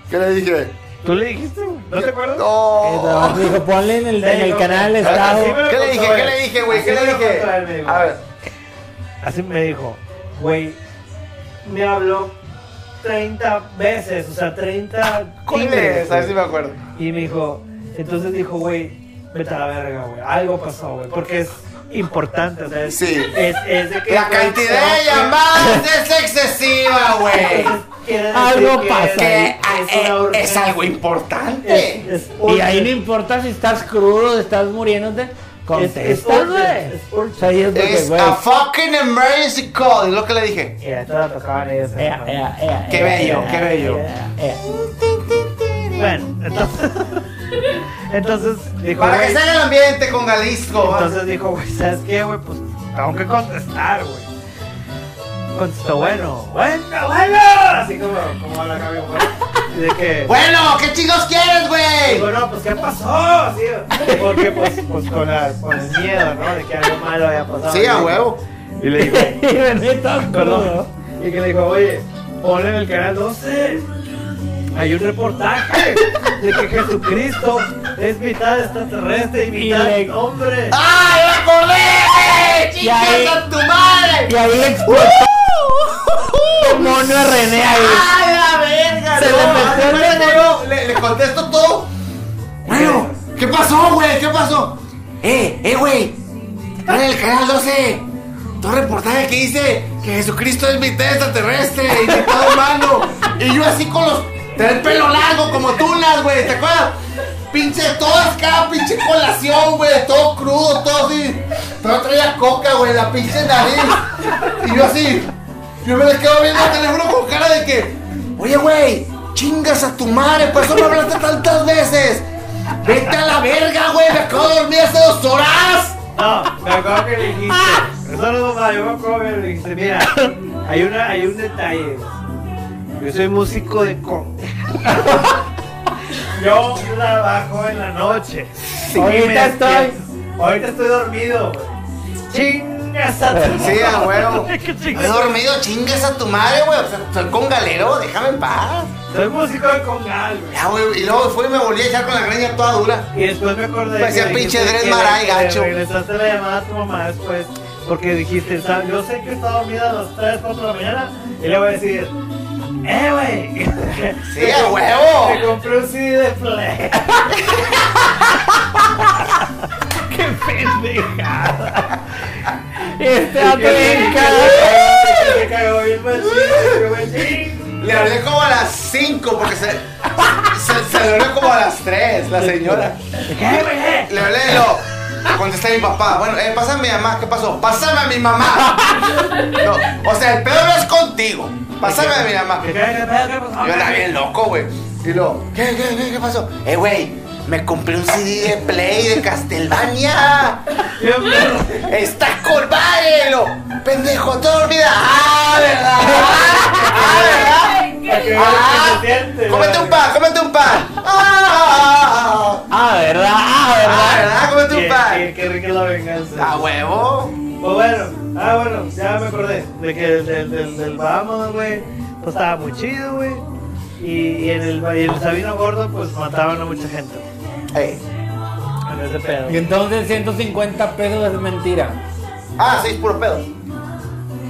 S4: ¿Qué le dije?
S2: ¿Tú le dijiste? güey? ¿No te acuerdas?
S4: No.
S3: Eh, Dijo, ponle en el,
S2: Sí,
S3: en el
S2: no,
S3: canal
S2: güey.
S3: Estado.
S2: Así me lo
S4: ¿Qué le
S2: contó
S4: dije? ¿Qué
S2: él.
S4: le dije, güey?
S2: Así
S4: ¿Qué
S2: me
S4: le
S2: lo
S4: dije?
S2: contó él, me dijo.
S4: A ver,
S2: Así me dijo, güey, me habló 30 veces, o sea, 30
S4: ¿cuáles?
S2: timbres,
S4: A ver si me
S2: güey.
S4: acuerdo.
S2: Y me dijo, entonces dijo, güey, vete a la verga, güey, algo pasó, güey, porque es importante, o sea, es,
S4: Sí.
S2: es, es de que...
S4: La
S2: güey,
S4: cantidad de
S2: se va a-
S4: llamadas es excesiva, güey.
S2: Entonces, quiere decir
S3: Algo
S2: que
S3: pasa.
S2: es-
S4: Que ah,
S2: es una
S4: eh, es
S2: urgencia.
S4: algo importante.
S2: Es- es
S3: Y ahí no
S2: urgente.
S3: importa si estás crudo, estás muriéndote. Contestas,
S2: urgent,
S3: güey.
S2: es urgent.
S3: O sea, ahí es porque,
S4: Es
S3: güey.
S4: a fucking emergency call, es lo que le dije.
S2: Y a todas tocaban ellos.
S3: Ea, ea, ea,
S4: Qué
S3: ea,
S4: bello,
S3: ea,
S4: qué bello.
S3: ea, ea.
S2: Bueno, entonces... entonces dijo,
S4: Para que
S2: güey,
S4: se haga el ambiente con Jalisco. ¿va?
S2: Entonces dijo, güey, ¿sabes qué, güey? Pues tengo que contestar, güey. Contestó, bueno, bueno, bueno. Así como, como habla Javi, güey. Y de que,
S4: Bueno, ¿qué chicos quieres, güey?
S2: digo, no, pues, ¿qué pasó? Así, porque, pues, pues con, la, con el miedo, ¿no? De que algo malo había pasado.
S4: Sí, a huevo.
S2: Y le dijo,
S3: Y venía todo
S2: perdón.
S3: crudo.
S2: Y que le dijo, oye, ponle en el canal 12. Hay un reportaje de que Jesucristo es mitad extraterrestre y mitad
S3: le-
S2: hombre.
S4: ¡Ay, ¡Ah, me acordé!
S3: Y ahí-
S4: ¡Chingas a tu madre!
S3: Y ahí explotó. El mono a René ahí.
S4: ¡Ay, la verga!
S3: Se
S4: no,
S3: le metió
S4: hace
S3: el
S4: cuenta
S3: veneno.
S4: que yo le, le contesto todo. Bueno, ¿qué pasó, güey? ¿Qué pasó? Eh, eh, güey. Está en el canal 12. Todo reportaje que dice que Jesucristo es mitad extraterrestre y mitad humano. Y yo así con los. Tener el pelo largo como tunas, güey, ¿te acuerdas? Pinche todas cada pinche colación, güey, todo crudo, todo así. Todo traía coca, güey, la pinche nariz. Y yo así. Yo me le quedo viendo el teléfono con cara de que. Oye, güey, chingas a tu madre, por eso me hablaste tantas veces. Vete a la verga, güey, me acabo de dormir hace dos horas.
S2: No, me acuerdo que le dijiste. Eso no es mamá, yo me acuerdo que le dijiste. Mira, hay, una, hay un detalle. Yo soy músico de con. yo trabajo en la noche.
S3: Ahorita
S2: me
S3: estoy.
S2: despierto. Ahorita estoy dormido. Chingas a tu
S9: Sí, a huevo.
S2: madre, qué
S4: He
S2: chingada.
S4: dormido, chingas a tu madre, güey. Soy- Soy con galero, déjame en paz.
S2: Soy músico de congal, güey.
S4: Ya, güey. Y luego fui y me volví a echar con la greña toda dura.
S2: Y después me acordé
S4: Parecía
S2: que
S4: pinche
S2: dijiste
S4: Dres
S2: que
S4: Maray,
S2: le- le
S4: gacho.
S2: Regresaste la llamada a tu mamá después porque dijiste, "Sab- yo sé que está dormida a las 3, 4 de la mañana y le voy a decir, ¡eh, güey!
S4: Sí, a
S2: Te
S4: huevo.
S2: compré un CD de Play. ¡Qué pendejada!
S3: Este dato bien
S2: Me cagó bien machín, bien machín.
S4: Le hablé como a las 5 porque se. Se, se le habló como a las 3, la señora.
S2: ¡Eh, güey, eh!
S4: Le hablé y lo. Contesté a mi papá. Bueno, eh, pásame a mi mamá. ¿Qué pasó? Pásame a mi mamá. No, o sea, el pedo no es contigo. Pásame a mi mamá.
S2: ¿Qué, qué, qué, qué pasó?
S4: Yo era bien loco, güey. Y lo, ¿qué, qué, qué, qué pasó? Eh, güey, me compré un CD de Play de Castlevania.
S2: Yo, pero-
S4: Está con madre, y lo, pendejo, toda dormida. Ah, ¿verdad? Ah, ¿verdad?
S2: qué bueno que
S4: Ah,
S2: se siente,
S4: cómete
S2: ¿verdad?
S4: un pan, cómete un pan. Ah, ah, ah, ah.
S3: Ah, ¿verdad? Ah,
S4: Ah,
S3: ¿verdad?
S4: ¿verdad? Cómete un
S2: Qué-
S4: pan. Ah.
S2: qué rica es la venganza.
S4: A huevo.
S2: Pues bueno, ah, bueno, ya me acordé de que el del, del, del Bahamas, güey, pues estaba muy chido, güey. Y, y en el, y el Sabino Gordo, pues mataban a mucha gente, güey,
S4: Ey.
S2: en ese pedo.
S3: Y entonces 150 pesos es mentira.
S4: Ah, sí, es puro pedo.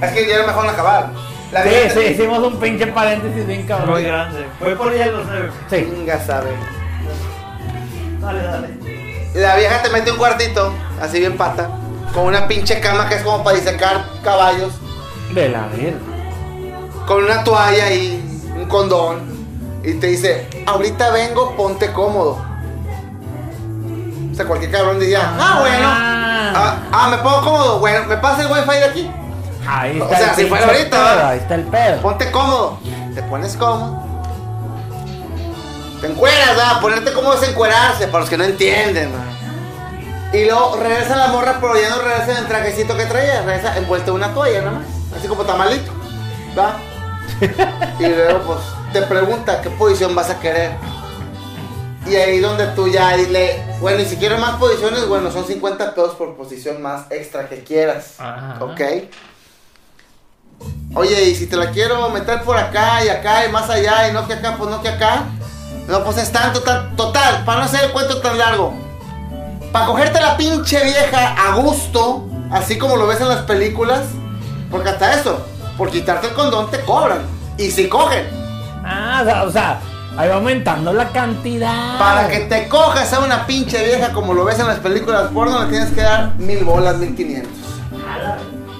S4: Es que ya era mejor no acabar. La
S3: Sí,
S4: vida-
S3: sí, hicimos un pinche paréntesis bien
S2: Muy
S3: cabrón.
S2: grande. Voy por hielo, ¿sabes?
S3: Sí.
S4: Chinga, sabe.
S2: Dale, dale.
S4: La vieja te mete un cuartito, así bien pata, con una pinche cama que es como para disecar caballos,
S3: De la verga.
S4: con una toalla y un condón, y te dice, ahorita vengo, ponte cómodo. O sea, cualquier cabrón diría, ah, bueno,
S3: Ah.
S4: ah, ah, me pongo cómodo, bueno, me pasa el wifi de aquí,
S3: Ahí
S4: O
S3: está
S4: sea,
S3: el
S4: si fuera
S3: pinche
S4: ahorita,
S3: pedo,
S4: ¿verdad?
S3: Ahí está el pedo.
S4: ponte cómodo, te pones cómodo. Te encueras, ¿verdad? Ponerte cómodo es encuerarse, para los que no entienden, ¿verdad? Y luego regresa la morra, pero ya no regresa en el trajecito que traía, regresa envuelta en una toalla nada más, así como tamalito, ¿va? y luego pues te pregunta qué posición vas a querer. Y ahí donde tú ya dile, bueno, y si quieres más posiciones, bueno, son 50 pesos por posición más extra que quieras,
S3: Ajá.
S4: ¿ok? Oye, y si te la quiero meter por acá y acá y más allá y no que acá, pues no que acá, no, pues es tanto, tan- total, para no hacer el cuento tan largo, para cogerte la pinche vieja a gusto, así como lo ves en las películas, porque hasta eso, por quitarte el condón te cobran. Y si cogen,
S3: Ah, o sea, o sea, ahí va aumentando la cantidad.
S4: para que te cojas a una pinche vieja como lo ves en las películas porno, le tienes que dar mil bolas, mil quinientos.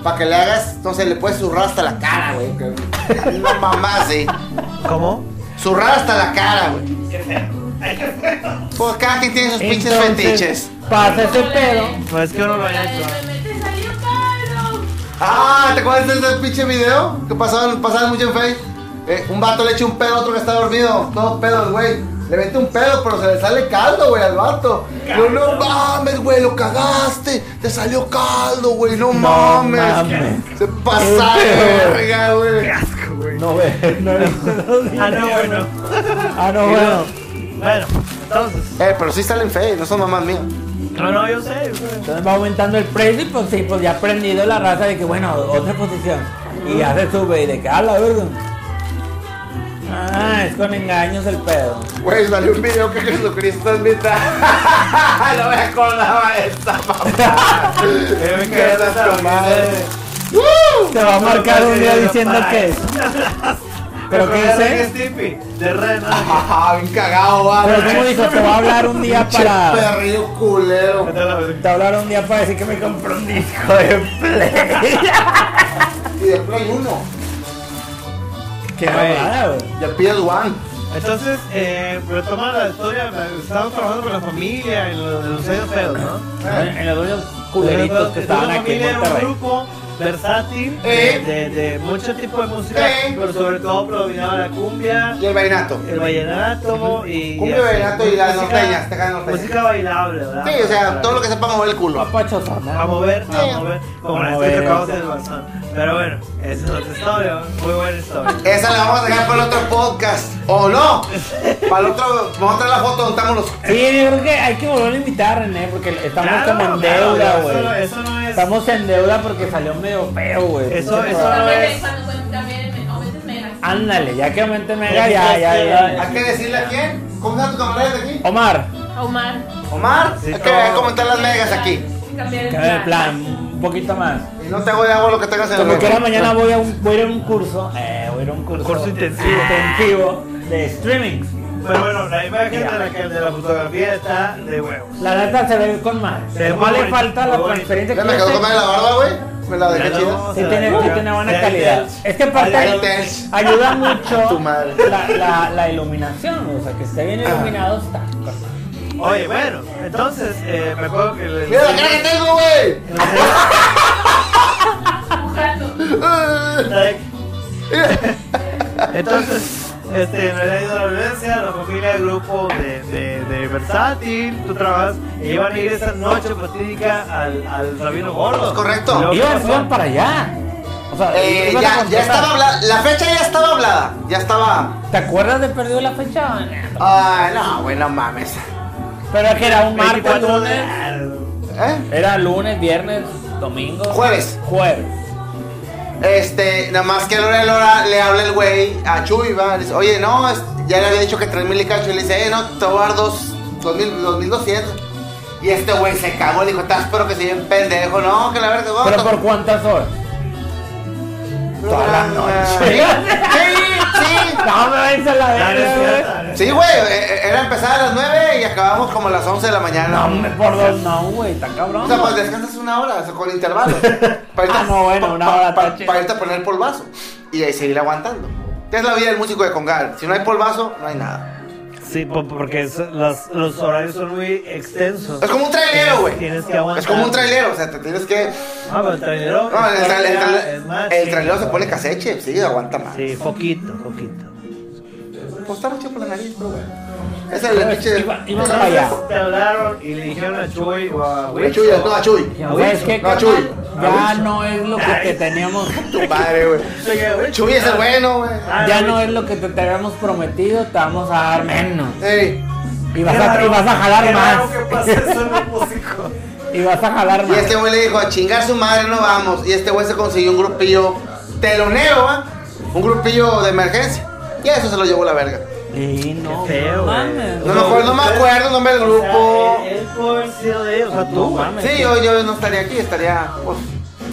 S4: Para que le hagas, no sé, le puedes zurrar hasta la cara, güey. que- No mamá, sí.
S2: ¿Cómo?
S4: Zurrar hasta la cara, güey. Pues cada quien tiene sus pinches
S3: Entonces,
S4: fetiches.
S3: Pasa ese pedo.
S2: No es que uno lo
S6: La
S2: haya
S6: de
S2: hecho.
S6: me metes ahí a palo.
S4: Ah, ¿te acuerdas de ese pinche video? Que pasaban, pasaban mucho en Facebook. Eh, un vato le echa un pedo a otro que está dormido. Todos pedos, güey. Le mete un pedo, pero se le sale caldo, güey, al vato. No, no mames, güey, lo cagaste. Te salió caldo, güey, no, mames.
S3: mames.
S4: Se pasa
S3: Qué
S4: de
S3: feo.
S4: verga, güey.
S3: No ve, no ve.
S2: Ah, no, bueno.
S3: Ah, no, bueno.
S2: Bueno, entonces.
S4: Eh, pero sí salen feos, no son mamás mías.
S2: No, no, yo sé, güey.
S3: Entonces va aumentando el precio y pues sí, pues ya ha aprendido la raza de que bueno, otra posición. Y ya se sube y de que a la verga. Ah, es con engaños el pedo.
S4: Güey, salió un video que Jesucristo es mitad. no me acordaba de esta mamá.
S2: Yo me
S4: Qué
S2: quedé
S4: asco, madre.
S3: Te va a marcar un día diciendo que es. Pero qué
S2: que es
S3: sé.
S2: tipi. De red, ¿no?
S4: Ah, bien cagado, va.
S3: Pero como dijo, te va a hablar un día para.
S4: perrillo culero.
S2: Vete a la verga.
S3: Te va a hablar un día para decir que me compró un disco de play.
S4: Y de Play 1.
S3: Qué mamada, güey.
S4: De PS1.
S2: Entonces, eh, retomando la historia, estábamos trabajando con la familia en los, en los sellos feos, ¿no?
S3: En los dueños culeritos que
S2: Entonces,
S3: estaban
S2: la
S3: aquí en
S2: familia era un
S3: Monterrey.
S2: grupo versátil,
S4: Eh.
S2: de, de mucho tipo de música,
S4: Eh.
S2: pero sobre todo predominaba la cumbia,
S4: Y el vallenato.
S2: el vallenato y...
S4: Cumbia,
S2: y-
S4: vallenato y las
S2: música-
S4: norteñas, te caen norteñas.
S2: Música bailable, ¿verdad?
S4: Sí, o sea, todo lo que sepa mover el culo. Ah,
S2: A mover, a mover, como la
S3: Mover.
S2: que tocamos en el Barzón. Pero bueno, esa es otra historia, muy buena historia.
S4: Esa la vamos a dejar para el otro podcast. ¿O no? Para el otro, vamos a traer la foto, juntamos los.
S3: Sí, yo creo que hay que volver a invitar a René porque estamos
S2: Claro,
S3: como en
S2: claro,
S3: deuda,
S2: eso no-
S3: güey.
S2: Eso, no es...
S3: Estamos en deuda porque salió medio feo, güey.
S2: Eso-
S3: Pinche
S2: eso
S3: programa.
S2: no
S6: También,
S2: es.
S6: cuando cuando también me- aumentes megas.
S3: Ándale, ya que aumente mega, ya, ya, ya,
S4: Hay que decirle a quién. ¿Cómo están tus camaradas de aquí?
S3: Omar,
S2: Ah,
S6: Omar.
S4: Omar.
S2: Sí,
S4: hay que
S2: todo.
S4: comentar las megas aquí.
S6: Cambiar
S3: que ver el
S6: el plan.
S3: plan, un poquito más.
S4: Y no te hago de agua lo que tengas en el
S3: Como que
S4: refri.
S3: era mañana voy a, un, voy a ir a un curso, eh, voy a ir a un curso,
S2: Curso intensivo.
S3: intensivo de streaming.
S2: Pero bueno, la imagen de la, que- de la fotografía está de huevos.
S3: La neta se ve con más.
S2: Se ve
S3: no le
S2: bonito,
S3: falta
S2: muy
S3: la
S2: bonito.
S3: transferencia
S4: Ya
S3: que
S4: me quedó comer la barba, güey. Me la dejé
S2: Ya
S4: chida.
S2: no,
S3: Sí
S2: se
S3: tiene,
S2: la-
S3: sí tiene buena
S2: se la-
S3: calidad. Es que aparte
S2: Ahí
S4: está el-
S3: ayuda mucho
S4: Tu madre. Ah.
S3: La, la, la iluminación, o sea, que esté bien iluminado está.
S2: Oye, bueno, entonces eh, me acuerdo que le-
S4: Mira la cara que tengo, güey.
S6: Empujando.
S2: Entonces, este, me he ido a la violencia, la familia, el grupo de, de, de Versátil, tú trabajas, y iban a ir esa noche fatídica al, al Rabino Gordo.
S4: Correcto.
S2: Y luego, ¿qué
S3: Iban,
S2: pasó?
S3: iban para allá. O sea,
S4: Eh,
S3: iban a
S4: ya, ya
S3: contratar.
S4: estaba hablada. La fecha ya estaba hablada. Ya estaba.
S3: ¿Te acuerdas de perdido la fecha?
S4: Ay, no, güey, no mames.
S3: Pero que era un martes,
S2: 24
S3: lunes.
S2: de...
S4: ¿Eh?
S3: Era lunes, viernes, domingo.
S4: Jueves.
S3: Jueves.
S4: Este, nada más que Lora Lora le habla el güey a Chuy, va. Le dice, oye, no, es- ya le había dicho que 3000 y cacho. Y le dice, eh, no, te voy a dar dos, dos mil, dos mil doscientos. Y este güey se cagó, le dijo, estás pero que soy bien pendejo, no, que la verga, vamos.
S3: ¿Pero por cuántas horas? toda la noche.
S4: Sí,
S3: No, me vais a la
S2: Dale,
S3: verga,
S2: dale.
S4: sí. Sí, güey, eh, eh, era empezar a las 9 y acabamos como a las 11 de la
S3: güey.
S4: mañana.
S3: No, me por dos no, güey, está cabrón.
S4: O sea, pues descansas una hora, o sea, con intervalos. Para irte-
S3: Ah, no, bueno, una hora
S4: pa-
S3: está chido.
S4: Para irte a poner polvazo y ahí seguir aguantando. Es la vida del músico de Congal. Si no hay polvazo, no hay nada.
S2: Sí, po- porque es- las- los horarios son muy extensos.
S4: Es como un trailero,
S2: Tienes-
S4: güey.
S2: Tienes que aguantar.
S4: Es como un trailero, o sea, te tienes que.
S2: Ah, pero el trailero.
S4: No, el, tra- el tra-
S2: es más
S4: el
S2: chido.
S4: trailero se pone caseche, sí, aguanta más.
S2: Sí, poquito, poquito.
S4: Pues está mucho por la nariz, pero bueno. Es el
S3: Pero
S4: pinche.
S3: iba- iba para allá.
S2: Entonces te hablaron y le dijeron a Chuy o a
S4: A
S2: Wicho.
S4: Chuy, no, a Chuy.
S3: ¿Sabes qué,
S4: No, a
S3: carnal?
S4: Chuy.
S3: Ya no es lo que te teníamos.
S4: Tu madre, güey. Chuy es el bueno, güey.
S2: Ah,
S3: Ya no es lo que te teníamos prometido, te vamos a dar menos.
S4: Ey,
S3: Y vas a, y vas a jalar
S2: que pasa
S3: más.
S2: eso en un músico.
S3: Y vas a jalar
S4: Y este
S3: más.
S4: güey le dijo, a chingar su madre no vamos. Y este güey se consiguió un grupillo telonero, ¿va? Un grupillo de emergencia. Y eso se lo llevó la verga.
S3: Y no,
S2: Qué feo,
S3: no
S2: güey.
S3: mames.
S4: No me acuerdo, no me acuerdo el nombre del
S2: O sea,
S4: grupo.
S2: él- él pudo haber sido de ellos, o sea, tú,
S3: No
S2: güey.
S3: mames.
S4: Sí, yo, yo no estaría aquí, estaría pues,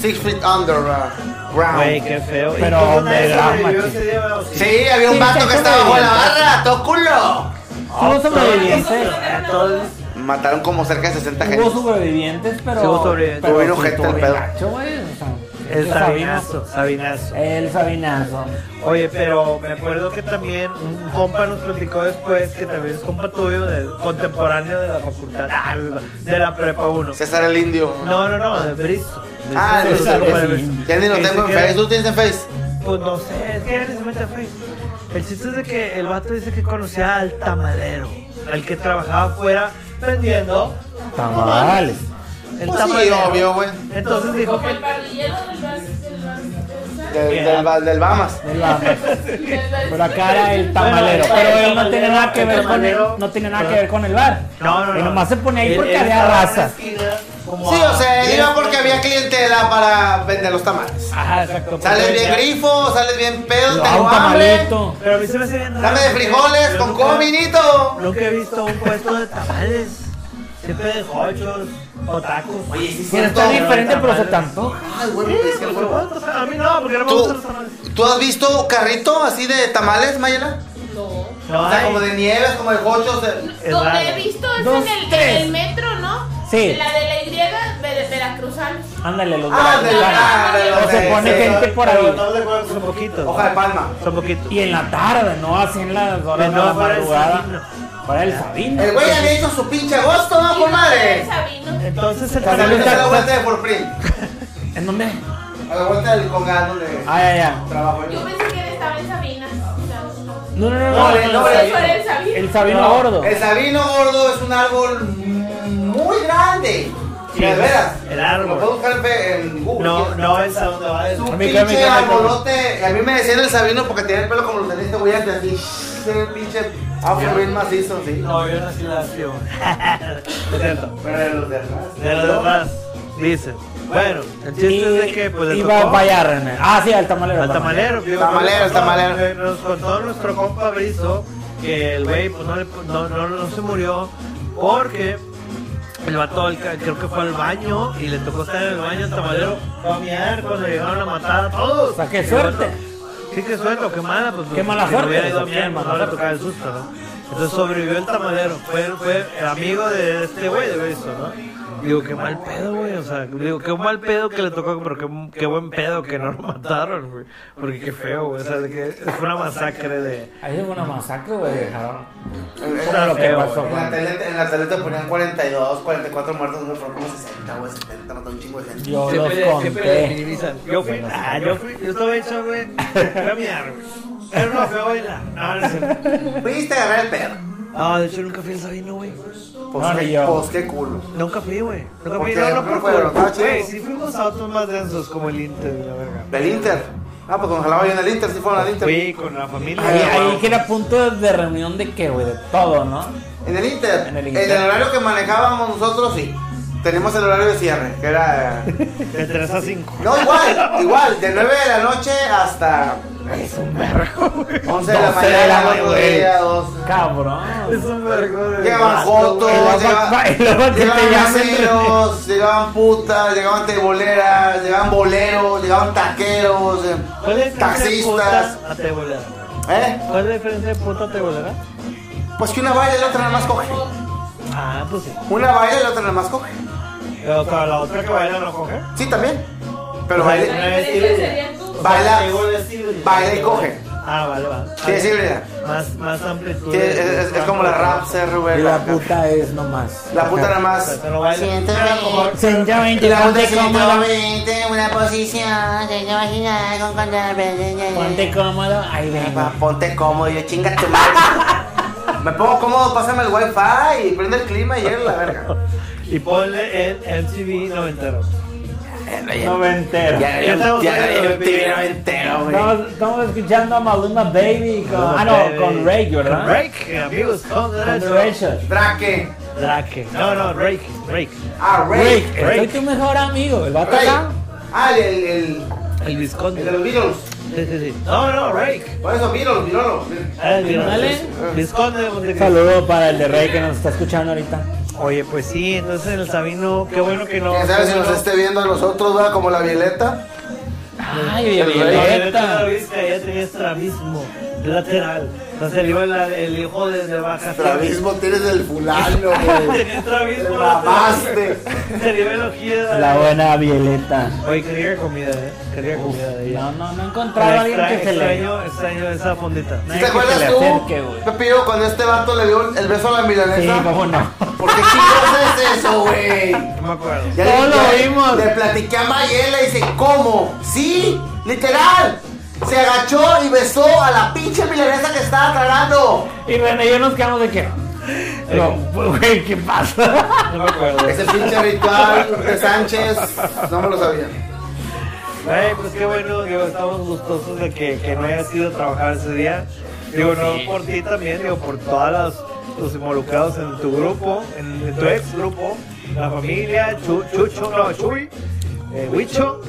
S4: six feet under uh,
S2: Güey,
S4: ground.
S2: qué feo.
S3: Pero
S2: ¿Y tú, nadie
S3: de drama,
S2: sobrevivió
S3: chico.
S2: ese día, o
S4: Sí, había un
S3: Sí,
S4: vato
S3: sí,
S4: que
S3: sí,
S4: estaba
S3: sí.
S4: bajo la barra, todo culo.
S3: Hubo sobrevivientes.
S2: Entonces,
S4: Mataron como cerca de 60
S3: Hubo
S4: gente.
S3: sobrevivientes, pero.
S2: Sí, hubo sobrevivientes.
S3: pero
S4: Hubo bien
S3: sí
S4: ojete
S3: estuvo
S4: el
S3: bien
S4: pedo.
S3: gacho, güey, o sea,
S2: el
S3: ese sabino-
S2: sabinazo, sabinazo.
S3: El sabinazo.
S2: Oye, pero me acuerdo que también un compa nos platicó después que también es compa tuyo, de- contemporáneo de la facultad, ah, de la prepa 1.
S4: César el indio.
S2: No, no, no, de Bristo.
S4: Ah,
S2: Bristo,
S4: el César,
S2: compa de
S3: sí.
S2: Bristo.
S4: Ya ni lo
S2: Que
S4: tengo
S2: dice
S4: en
S2: que-
S4: Facebook. ¿Tú tienes en Facebook?
S2: Pues no sé, es que él se mete a Facebook. El chiste es de que el vato dice que conocía al tamalero, al que trabajaba afuera vendiendo
S3: Tamales.
S2: el
S4: Pues sí,
S2: tamalero.
S4: obvio, güey.
S2: Entonces dijo
S6: Como el
S2: que
S6: parrillero del bar- del bar-
S4: Del, del, Ba- del Bahamas.
S3: Del Bahamas.
S6: del bar-
S3: Pero acá era el tamalero.
S2: Bueno,
S3: pero
S2: el
S3: él no
S2: tamalero,
S3: tiene nada que
S2: el
S3: ver con el,
S2: tamalero.
S3: no tiene nada que ver con el bar.
S2: No, no, no.
S3: Y nomás se ponía ahí
S2: Él-
S3: porque
S2: él
S3: había
S2: estaba en una
S3: raza.
S2: esquina como
S4: Sí,
S2: a
S4: o sea, él
S2: diez
S4: iba porque
S2: metros.
S4: había clientela para vender los tamales.
S3: Ajá, exacto.
S4: Sales
S3: porque
S4: bien
S3: decía,
S4: grifo, sales bien
S3: "Ah,
S4: pedo, tengo
S3: un
S4: hambre.
S3: tamalito.
S2: Pero a mí se me hace bien raro.
S4: Dame de
S2: porque
S4: frijoles
S2: yo
S4: con
S2: nunca-
S4: cominito.
S2: Nunca he visto un puesto de tamales. Siempre de hochos o tacos. Oye, sí,
S3: Pero está diferente, pero se te antoja.
S4: Ay, güey, pues, es que el huevo.
S2: A mí no, porque no me gustan
S4: ¿Tú,
S2: los tamales.
S4: ¿Tú has visto carrito así de tamales, Mayela?
S6: No.
S2: No,
S4: O sea,
S2: hay.
S4: como de nieves, como de cochos. de-
S2: Es raro.
S6: Donde he visto es
S3: Dos,
S6: en, el,
S3: tres.
S6: en el metro, ¿no?
S3: Sí.
S6: La de la Y de Veracruzano.
S3: Ándale, los
S4: Ah, de la- de
S3: O
S4: los
S3: se
S4: de-
S3: pone
S4: sí,
S3: gente por ahí.
S2: No de acuerdo, son poquitos.
S4: Hoja de palma.
S2: Son poquitos.
S3: Y en la tarde, no así en las horas
S2: Pues No,
S3: de la
S2: para el
S3: madrugada.
S2: Sabino.
S3: Para el sabino.
S4: El güey había hecho su pinche agosto, ¿no,
S6: Y no,
S4: comadre?
S6: Sabino.
S2: Entonces el
S4: Para
S2: tamalero.
S3: Sabino
S4: darle
S3: está-
S4: la vuelta de por print.
S3: ¿En dónde?
S4: A la vuelta del congado donde
S3: Ah, ya, ya.
S4: trabajo yo.
S6: Yo pensé que él estaba en Sabinas.
S3: No, no, no,
S4: No,
S3: no.
S4: el
S3: no,
S4: nombre
S3: no,
S4: de-
S6: ¿Eso era el Sabinas?
S3: El Sabino Gordo.
S4: El sabino gordo es un árbol muy grande.
S2: Sí,
S4: de veras.
S2: el árbol.
S4: Lo puedo buscar en fe- en Google.
S2: No, no es a dónde va.
S4: Es
S2: Es
S4: un
S3: Amigo,
S4: pinche
S3: amigo, amigo.
S4: arbolote. A mí me decían el sabino porque tenía el pelo como lo tenía este güey antes así. Tiene un pinche afro bien macizo, sí.
S2: No, yo nací la acción. Lo siento.
S4: Pero de los de atrás.
S2: De los demás, dicen. Bueno, el chiste es de que pues le
S3: iba
S2: tocó
S3: a fallar, René. Ah, sí, al tamalero.
S2: al tamalero. digo,
S4: Tamalero,
S2: nos-
S4: tamalero.
S2: eh, Nos contó nuestro compa Brizo que el güey pues no, le pu- no, no, no se murió porque el vato el ca- creo que fue al baño y le tocó estar en el baño al tamalero. Fue a miar cuando llegaron a matar a todos.
S3: O sea, qué
S2: Y el vato-
S3: suerte.
S2: Sí, qué suerte, o qué mala, pues.
S3: Qué mala
S2: si no
S3: suerte,
S2: hubiera ido a
S3: sí,
S2: miar, pues,
S3: mala
S2: no le
S3: suerte.
S2: tocaba el susto, ¿no? Entonces sobrevivió el tamalero, fue, fue el amigo de este güey de eso, ¿no? Digo, qué mal pedo, güey, o sea, digo, qué mal pedo que le tocó, pero qué, qué buen pedo que no lo mataron, güey, porque qué feo, güey, o sea, de que fue una masacre de...
S3: Ahí hubo una masacre, güey. Dejaron.
S2: Era
S3: lo que
S2: feo,
S3: pasó,
S4: En la, tele, en la tele te ponían 42, 44 muertos, no fueron como 60, güey, 70, mató un chingo de gente.
S3: Yo los
S7: Siempre- siempre le
S3: conté.
S7: minimizan.
S2: Yo fui, ah, yo fui, yo estaba hecho, güey, fue a miar, güey, era una feo baila, Ah, no, no es cierto.
S4: Fuiste a agarrar el pedo.
S3: Ah,
S2: No, de hecho nunca fui al Sabino, güey.
S4: Pues,
S3: No,
S4: qué,
S3: ni yo.
S4: pues qué culo.
S2: Nunca fui, güey. Nunca
S4: ¿Por
S2: fui,
S4: qué?
S2: no, no
S4: ¿No
S2: por
S4: fueron?
S2: favor.
S4: ¿Estaba chido?
S2: Güey, sí fuimos a otros más densos como el Inter, la verga.
S4: Del Inter. Ah, pues cuando jalaba yo en el Inter, sí fueron al Inter.
S2: Fui con la familia.
S3: Ahí, ahí
S2: güey.
S3: que era punto de reunión de qué, güey. De todo, ¿no?
S4: En el Inter.
S3: En el Inter.
S4: En el horario que manejábamos nosotros, sí. Tenemos el horario de cierre, que era... eh,
S2: De 3 a 5.
S4: No, igual, igual, de 9 de la noche hasta... Es un vergo, 11 de la
S3: 12 de la
S4: mañana,
S3: mañana,
S4: otro
S3: güey.
S4: día, 12.
S3: Cabrón.
S2: Es un vergo de.
S4: Llegaban jotos,
S3: güey.
S4: llegaba-
S3: Y luego que te
S4: llegaban
S3: llamen.
S4: meseros, llegaban putas, llegaban teboleras, llegaban boleros, llegaban taqueros, eh,
S2: ¿Cuál es la diferencia de
S4: taxistas.
S2: puta a tebolera?
S4: ¿Eh?
S2: ¿Cuál es la diferencia de puta a tebolera?
S4: Pues que una baila y la otra nada más coge.
S2: Ah, pues sí.
S4: Una baila y la otra nada más coge.
S2: Pero, o sea, la otra que baila no coge.
S4: Sí, también.
S3: Pues
S4: Pero
S2: Vale.
S6: La
S4: baila,
S6: diferencia sería tú.
S2: O sea,
S4: Baila-
S2: la tebolera es híbrida.
S4: baila y coge.
S2: Ah, vale, vale.
S4: Sí, es híbrida.
S2: Más, más amplitud.
S4: Sí, es, es- es como la Rapser, Rubén.
S3: Y la puta es nomás.
S4: La puta nada más.
S2: Pero baila.
S3: Sencillamente, ponte cómodo.
S5: una posición, se imagina con
S3: Ponte cómodo. Ahí
S4: Ah,
S3: vengo.
S4: Va, eh, Ponte cómodo, yo chinga tu madre. Me pongo cómodo, pásame el wifi y prende el clima y llega la verga.
S2: Y ponle el MTV noventero.
S1: Eh,
S3: Noventero.
S4: Ya,
S2: Ya estamos hablando de
S4: yo te
S2: Pino.
S4: vieron entero, güey.
S3: Estamos, estamos escuchando a Maluma Baby con, ah, no, con Rake, ¿verdad?
S2: Con Rake, amigos, con
S3: Con
S2: derecho.
S3: Rake.
S4: Drake.
S2: Drake. No, no, Rake, Rake.
S4: Ah, Rake.
S3: Rake, soy tu mejor amigo. El vato acá.
S4: Ah, el, el, el,
S2: El
S4: el
S2: Visconde.
S4: de los Beatles.
S2: Sí, sí, sí. No, no, Rake.
S4: Por eso, Beatles, Virolo.
S2: El
S3: Dale.
S2: Visconde de Montecristo.
S3: Saludo para el de Rey que nos está escuchando ahorita.
S2: Oye, pues sí, entonces el Sabino, qué bueno que no.
S4: ¿Quién sabe si nos esté viendo a nosotros, va Como la Violeta.
S3: Ay,
S4: El
S2: La Violeta
S3: Violeta.
S2: Davisca ya tenía estrabismo lateral. O sea, se le iba la- el hijo desde baja.
S4: Travismo tienes del fulano, güey.
S2: Tenía
S4: Te
S2: estrabismo lateral.
S4: mamaste.
S2: Se le iba el ojillo.
S3: La buena Violeta.
S2: Oye, quería comida, eh. Quería comida de ella.
S3: No, no, no he encontrado a
S2: Pero
S3: alguien que
S2: extra-
S3: se le.
S2: Extraño, extraño esa fondita.
S4: ¿Te acuerdas
S3: le acerque,
S4: tú,
S3: güey.
S4: Pepillo, cuando este vato le dio el beso a la
S3: Sí,
S4: milanesa?
S3: cómo no.
S4: ¿Por qué chingados es eso, güey?
S2: No me acuerdo.
S4: Ya
S3: Todos
S4: le-
S3: lo
S4: ya
S3: vimos.
S4: Le platiqué a Mayela y dice, ¿cómo? Sí, literal. Se agachó y besó a la pinche milanesa que estaba tragando.
S3: Y René y yo nos quedamos de qué. No, pues, güey, ¿qué pasa?
S2: No me acuerdo.
S4: Ese pinche ritual de Sánchez, no me lo sabía.
S2: Ay, pues qué bueno, digo, estamos gustosos de que, que no hayas ido a trabajar ese día. Digo, no por ti también, digo, por todos los involucrados en tu grupo, en, en tu ex grupo, la familia, Chu- Chucho, no, Chuy, eh, Huicho,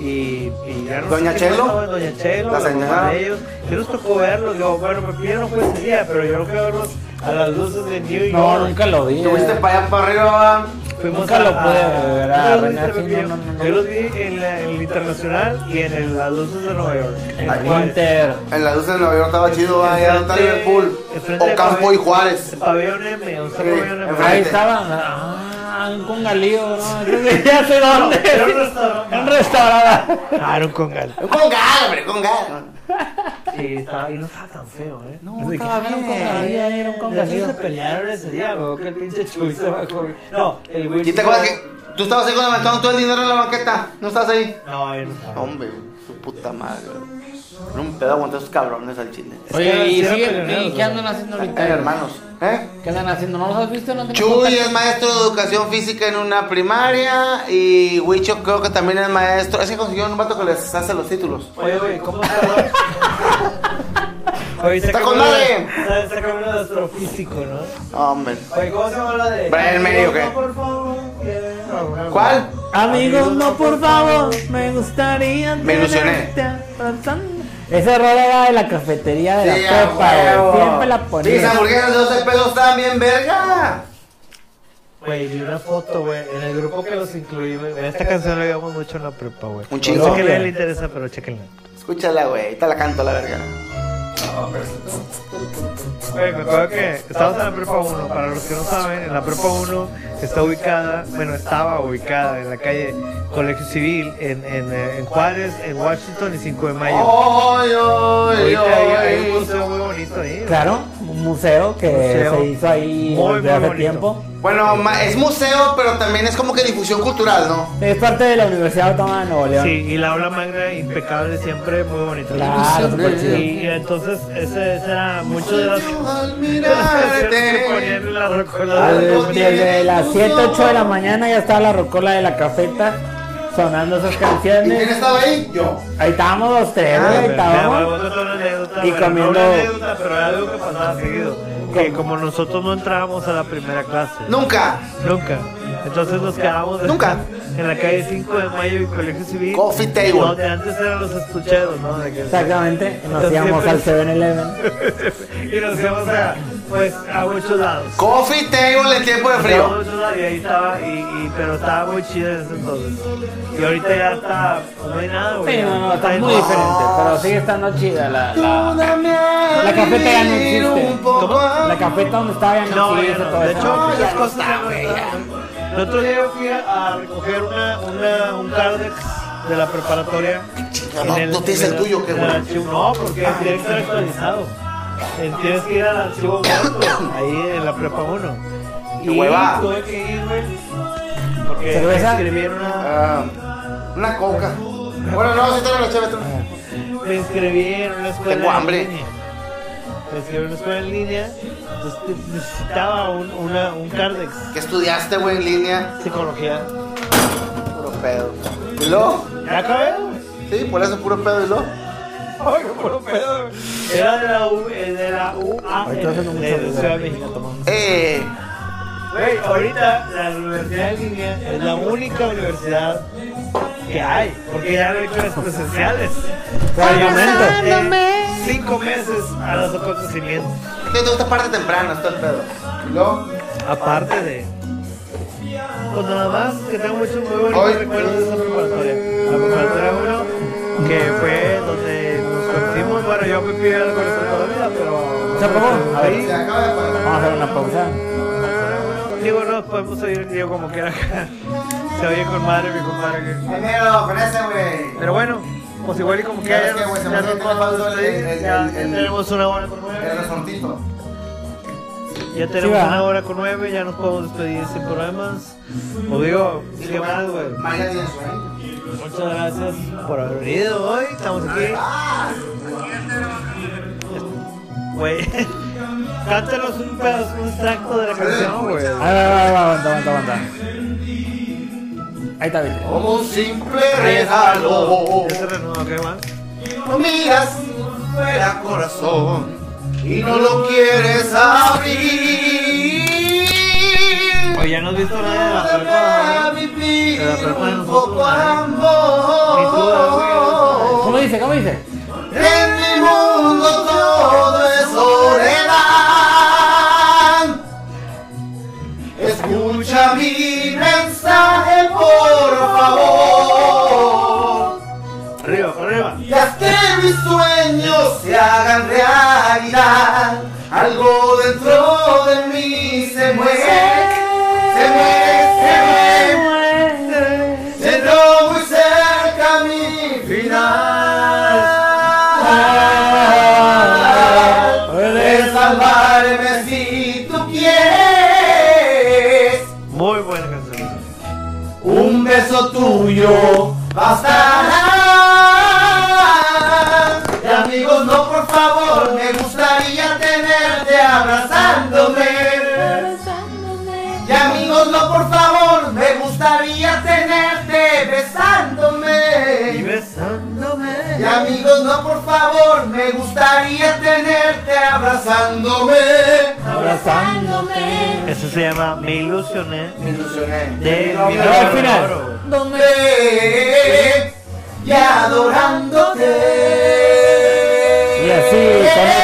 S2: y, y ya no
S4: Doña
S2: sé qué
S4: Chelo.
S2: pasó, Doña Chelo,
S4: La
S2: la mamá
S4: señora.
S2: de ellos. Yo nos tocó verlos, digo, bueno, pues yo no fue ese día, pero yo no fui a verlos a las luces de New York.
S3: No, nunca lo vi.
S4: Tuviste para allá para arriba.
S2: Fuimos
S3: Nunca
S2: a-
S3: lo
S2: a-
S3: pude ver
S2: ¿Nunca
S3: a
S2: los
S3: René
S2: viste,
S3: así,
S2: Pepillo?
S3: no, no, no.
S2: Yo los vi en, la- en el internacional y en el- las luces de Nueva York. En
S4: Ay,
S2: Juárez.
S3: Inter.
S4: En la luz de Nueva York estaba chido, va, allá está
S2: Enfrente-
S4: Liverpool.
S2: enfrente de
S4: Ocampo
S2: Pabell-
S4: y Juárez.
S2: Pabellón M, o sea,
S4: Sí,
S2: Pabellón M.
S4: enfrente.
S3: Ahí estaban. Ah, un congalío, ¿no? Entonces, Ya sé dónde.
S2: Era un restaurante.
S3: Era Un restaurante.
S2: Ah, era un congal.
S4: Con gas, hombre, con gas.
S3: Ah.
S2: Sí, estaba, y no estaba tan feo, ¿eh?
S3: No, estaba bien. Era un congalío, era un
S2: Entonces
S3: congalío.
S2: se pelearon ese día, güey, que el pinche Chuy se bajó. No, el güey.
S4: ¿Y te acuerdas que Tú estabas ahí cuando aventaron todo el dinero en la banqueta. No estabas ahí.
S2: No, ahí no estaba.
S4: Hombre, güey, su puta madre. güey. Era un pedo aguantar esos cabrones al chile.
S7: Oye,
S2: Sí,
S7: ¿y
S2: era
S7: sigue-
S2: peleonero,
S7: y
S2: güey.
S7: qué andan haciendo ahorita?
S4: Eran hermanos. ¿Eh?
S7: ¿Qué andan haciendo? ¿No los has visto? ¿No te
S4: Chuy es maestro de educación física en una primaria y Huicho creo que también es maestro. Es que consiguió un vato que les hace los títulos.
S2: Oye, güey, ¿cómo está? Oye,
S4: ¡Está
S2: saca
S4: con
S2: uno
S4: madre!
S2: de- Saca uno de astrofísico, ¿no?
S4: Hombre.
S2: Oye, ¿cómo se llama la de...?
S4: Brian May, ¿o qué?
S2: No, por favor. eh, no, no,
S4: ¿Cuál?
S3: Amigos, no, por favor, me gustaría.
S4: Me ilusioné.
S3: tenerte Esa rola era de la cafetería de
S4: Sí,
S3: la
S4: a
S3: Copa,
S4: huevo.
S3: güey. Siempre la
S4: Sí, esas
S3: ponía.
S4: hamburguesas de 12 pesos están bien verga.
S2: Güey, vi una foto, güey, en el grupo que los incluí, güey. Esta canción la llevamos mucho en la prepa, güey.
S4: Un chingo.
S2: No sé que le interesa, pero chéquenla.
S4: Escúchala, güey. Ahorita la canto a la verga.
S2: Güey, me acuerdo que estábamos en la prepa 1. Para los que no saben, en la prepa 1 está ubicada, bueno, estaba ubicada en la calle Colegio Civil, en, en, eh, en Juárez, en Washington y 5 de mayo.
S4: Oh, ¡Ay, ay,
S2: Ahorita hay, hay un
S4: ay!
S2: museo muy bonito ahí. güey.
S3: Claro, un museo que
S2: Museo.
S3: se hizo ahí
S2: Muy,
S3: desde
S2: muy
S3: hace
S2: bonito.
S3: tiempo.
S4: Bueno, ma- es museo, pero también es como que difusión cultural, ¿no?
S3: Es parte de la Universidad Autónoma de Nuevo León.
S2: Sí, y la aula magna impecable siempre, muy bonita.
S3: Claro, súper chido.
S2: y, y entonces, ese, ese era mucho de las
S4: Yo al
S2: de
S4: este,
S2: las canciones que ponían
S4: mirarte.
S2: en la rocola.
S3: Al- Ah, Desde las 7, 8 de la mañana ya estaba la rocola de la cafeta sonando esas
S4: ¿Y quién
S3: canciones.
S4: estaba ahí? Yo.
S3: Ahí estábamos los tres,
S4: Ah,
S3: güey,
S2: Me voy
S3: estábamos.
S2: a contar una anécdota,
S3: Y
S2: bueno, no
S3: comiendo-
S2: una anécdota, pero era algo que pasaba seguido. Que como nosotros no entrábamos a la primera clase,
S4: Nunca.
S2: nunca. Entonces nos quedábamos en-
S4: Nunca.
S2: en la calle 5 de mayo y Colegio Civil.
S4: Coffee table.
S2: Donde antes eran los estucheros, ¿no? De que-
S3: Exactamente, nos
S2: Entonces, pues,
S3: íbamos al
S2: siempre-
S3: 7-Eleven.
S2: y nos íbamos a, pues, a muchos lados.
S4: Coffee table en tiempo de frío.
S2: Nos íbamos a muchos lados Y ahí estaba, y, y- pero estaba muy chido en ese entonces. Y ahorita ya está, pues, no hay nada, güey.
S3: Sí, no, no, está
S2: hay
S3: muy
S2: nada.
S3: diferente, pero sigue estando chida la. la...
S4: La
S3: La cafeta ya no existe.
S2: ¿Cómo?
S3: La cafeta donde estaba ya no
S2: No,
S3: existe
S2: ya no.
S3: todo
S2: De
S3: eso.
S2: hecho, muchas cosas se han guardado. El otro día yo fui a a recoger una, una, un cardex de la preparatoria.
S4: chingado, no tienes el tuyo, qué
S2: en
S4: bueno.
S2: archivo. No, porque
S3: Ah,
S2: tiene que estar actualizado. Eh, Tienes que ir al archivo muerto, ahí en la prepa 1.
S4: Qué hueva.
S2: tuve que ir, güey, Porque
S3: ¿Cerveza?
S2: me inscribieron una.
S4: Ah, una coca. Bueno, no, sí, trae la chave. trae.
S2: me inscribí en una escuela
S4: Tengo hambre.
S2: en línea. Me inscribí en una escuela en línea. Entonces necesitaba un, una, un cardex.
S4: ¿Qué estudiaste, güey, en línea?
S2: Psicología.
S4: Puro pedo. ¿Y luego?
S2: ¿Ya acabé? güey.
S4: Sí, por eso puro pedo y luego.
S2: Ay, qué puro pedo, güey. Era de la U, E. eh, de la UAM, de Ciudad de México.
S4: Eh,
S2: Güey, ahorita la universidad en línea es la única universidad que hay, porque ya no hay clases presenciales.
S3: Obviamente.
S2: Llevé Cinco meses a los acontecimientos.
S4: te gusta parte temprano, está el pedo. ¿Y luego?
S2: Aparte de. Pues nada más, que tengo muchos muy bonitos
S4: Hoy-
S2: recuerdos de esa preparatoria. La preparatoria 1, que fue donde nos conocimos. Bueno, yo me pide algo de toda la vida, pero.
S3: ¿Se acabó? A ver.
S2: Ahí,
S4: acaba de parar.
S3: Vamos a hacer una pausa.
S2: Digo, no, pues, podemos oír digo, como quiera. Se oye con madre, mi compadre. que-
S4: Primero, con ese, güey.
S2: Pero bueno, pues igual y como que
S4: Ya ves
S2: ya,
S4: que,
S2: nos-
S4: güey, se
S2: ya
S4: me hace
S2: nos
S4: que
S2: vamos
S4: falta
S2: a
S4: el-
S2: salir,
S4: el-
S2: ya-
S4: el-
S2: ya
S4: el-
S2: tenemos una hora con nueve.
S4: El resortito.
S2: Ya tenemos
S3: va.
S2: una hora con nueve, ya nos podemos despedir sin problemas. O digo, qué más, güey.
S4: Mañana tiene sueño.
S2: Muchas gracias por haber venido hoy. Estamos aquí. Güey, cántanos un pedazo, un extracto de la canción, güey.
S3: Ah, ah, ah, Aguanta, aguanta, aguanta. Ahí está bien.
S4: Como un simple regalo.
S2: Ya se renueva, ¿qué más?
S4: Lo miras fuera corazón y no lo quieres abrir.
S2: Oye, ya no has visto nada de la prepa,
S4: Podrá
S2: ¿no?
S4: vivir
S2: Pero, pero,
S4: un
S2: bueno,
S4: poco
S2: Ni tú,
S3: ¿Cómo
S4: amor.
S3: dice? ¿Cómo dice?
S4: En mi mundo todo es soledad. Escucha mi mensaje, por favor.
S2: Arriba, arriba.
S4: Y haz que mis sueños se hagan realidad. Algo dentro de mí se mueve, se mueve, se mueve. Llegó muy cerca mi final. De salvarme si tú quieres.
S2: Muy buena canción.
S4: Un un beso tuyo bastará. Y amigos, no, por favor, me gustaría tenerte abrazándome. Y amigos, no, por favor, me gustaría tenerte besándome.
S2: Y
S4: ¿Ah?
S2: besándome.
S4: Y amigos, no por favor, me gustaría tenerte abrazándome.
S6: Abrazándome.
S2: Eso se llama Me ilusioné.
S10: Me ilusioné.
S2: De
S10: No,
S2: mi
S10: no,
S2: novio
S10: al final.
S2: Álvaro, güey.
S4: Ve y adorándote.
S3: Y así,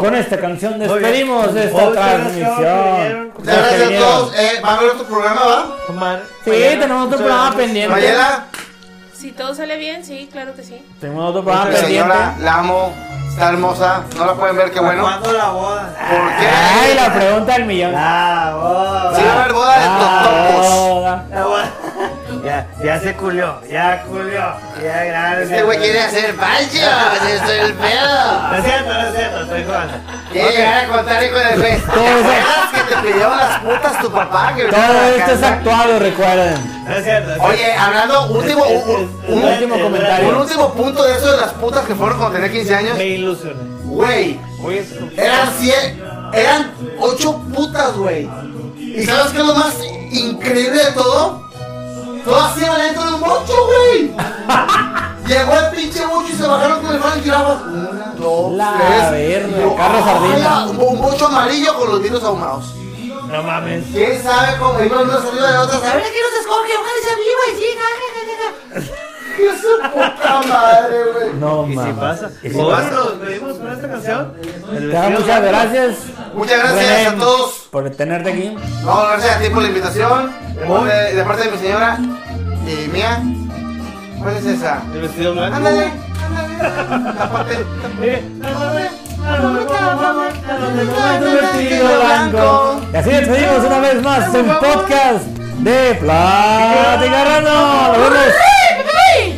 S3: con Con
S4: esta.
S3: esta canción
S2: Muy bien.
S3: despedimos esta
S2: Muchas gracias, cabrón, que vinieron.
S3: transmisión.
S4: Muchas gracias a todos. Eh, ¿Va a haber otro programa, va?
S2: Omar,
S3: Sí,
S2: mañana,
S3: tenemos otro
S2: muchas
S3: programa
S2: gracias.
S3: pendiente.
S4: Mayela,
S6: Si todo sale bien, sí, claro que sí.
S3: Tenemos otro programa
S4: mi
S3: pendiente.
S4: señora, la amo. Está hermosa. No la pueden ver, qué bueno. ¿Por
S10: ¿Cuándo la boda?
S4: qué?
S3: Ay, la pregunta del millón.
S2: Ah, oh,
S4: Sí, va a haber boda de totopos.
S3: Ah,
S2: ah, bueno. Ya, ya se culió, ya culió, ya gracias.
S4: Este güey quiere hacer pancho. Eso es el pedo.
S2: No es cierto, no es cierto, estoy jugando.
S4: Quiere llegar a contar hijo de fe.
S3: Todo
S4: ¿Te
S3: eso-
S4: acuerdas que te pidieron las putas tu papá? Que viniera
S3: Todo
S4: a la
S3: esto es
S4: casa?
S3: actuado, recuerden.
S2: No es cierto. es
S4: Oye, hablando, último,
S2: Es-
S4: un,
S2: es-
S4: un-
S2: es-
S3: último
S2: es-
S3: comentario.
S4: un último punto de eso de las putas que fueron cuando tenía 15 años.
S2: Me ilusioné.
S4: Güey,
S2: Hoy es tu-
S4: eran 100, eran 8 putas, güey. ¿Y sabes qué es lo más increíble de todo? Todas iban dentro de un bocho, güey. Llegó el pinche bocho y se bajaron con el fan y tirabas. Una, dos,
S3: La
S4: tres.
S3: verga,
S4: Y yo,
S3: Carlos
S4: "Ay,
S3: Sardina".
S4: la- Un bocho amarillo con los vinos ahumados.
S2: No mames.
S4: ¿Quién sabe cómo iban unos arriba de otros? A ver, ¿quién nos escoge? Ojalá sea vivo y sí, ¡Qué su puta madre, güey!
S3: No
S2: ¿Y si
S3: mames.
S2: pasa?
S4: ¿Y si
S2: Bueno,
S4: pasa?
S2: nos despedimos con esta canción. El
S3: Te damos
S2: vestido
S3: muchas
S2: blanco.
S3: gracias.
S4: Muchas gracias a
S3: René,
S4: todos.
S3: Por tenerte aquí.
S4: No, gracias a ti por la invitación. De parte de, de parte de mi señora y mía. ¿Cuál es esa?
S2: El vestido blanco.
S4: Ándale, ándale. Tápate.
S2: Eh,
S3: Y así despedimos una vez más un podcast de Platicarrando. Nos vemos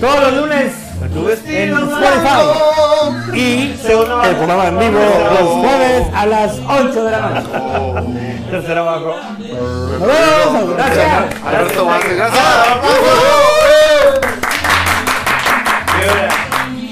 S3: todos los lunes
S2: Tu
S3: en
S2: vestido
S3: Spotify. Y
S2: Segundo
S3: el programa en vivo los jueves a las 8 de la noche.
S2: Tercero bajo.
S3: Nos vemos. Gracias.
S4: Alberto Vázquez, gracias.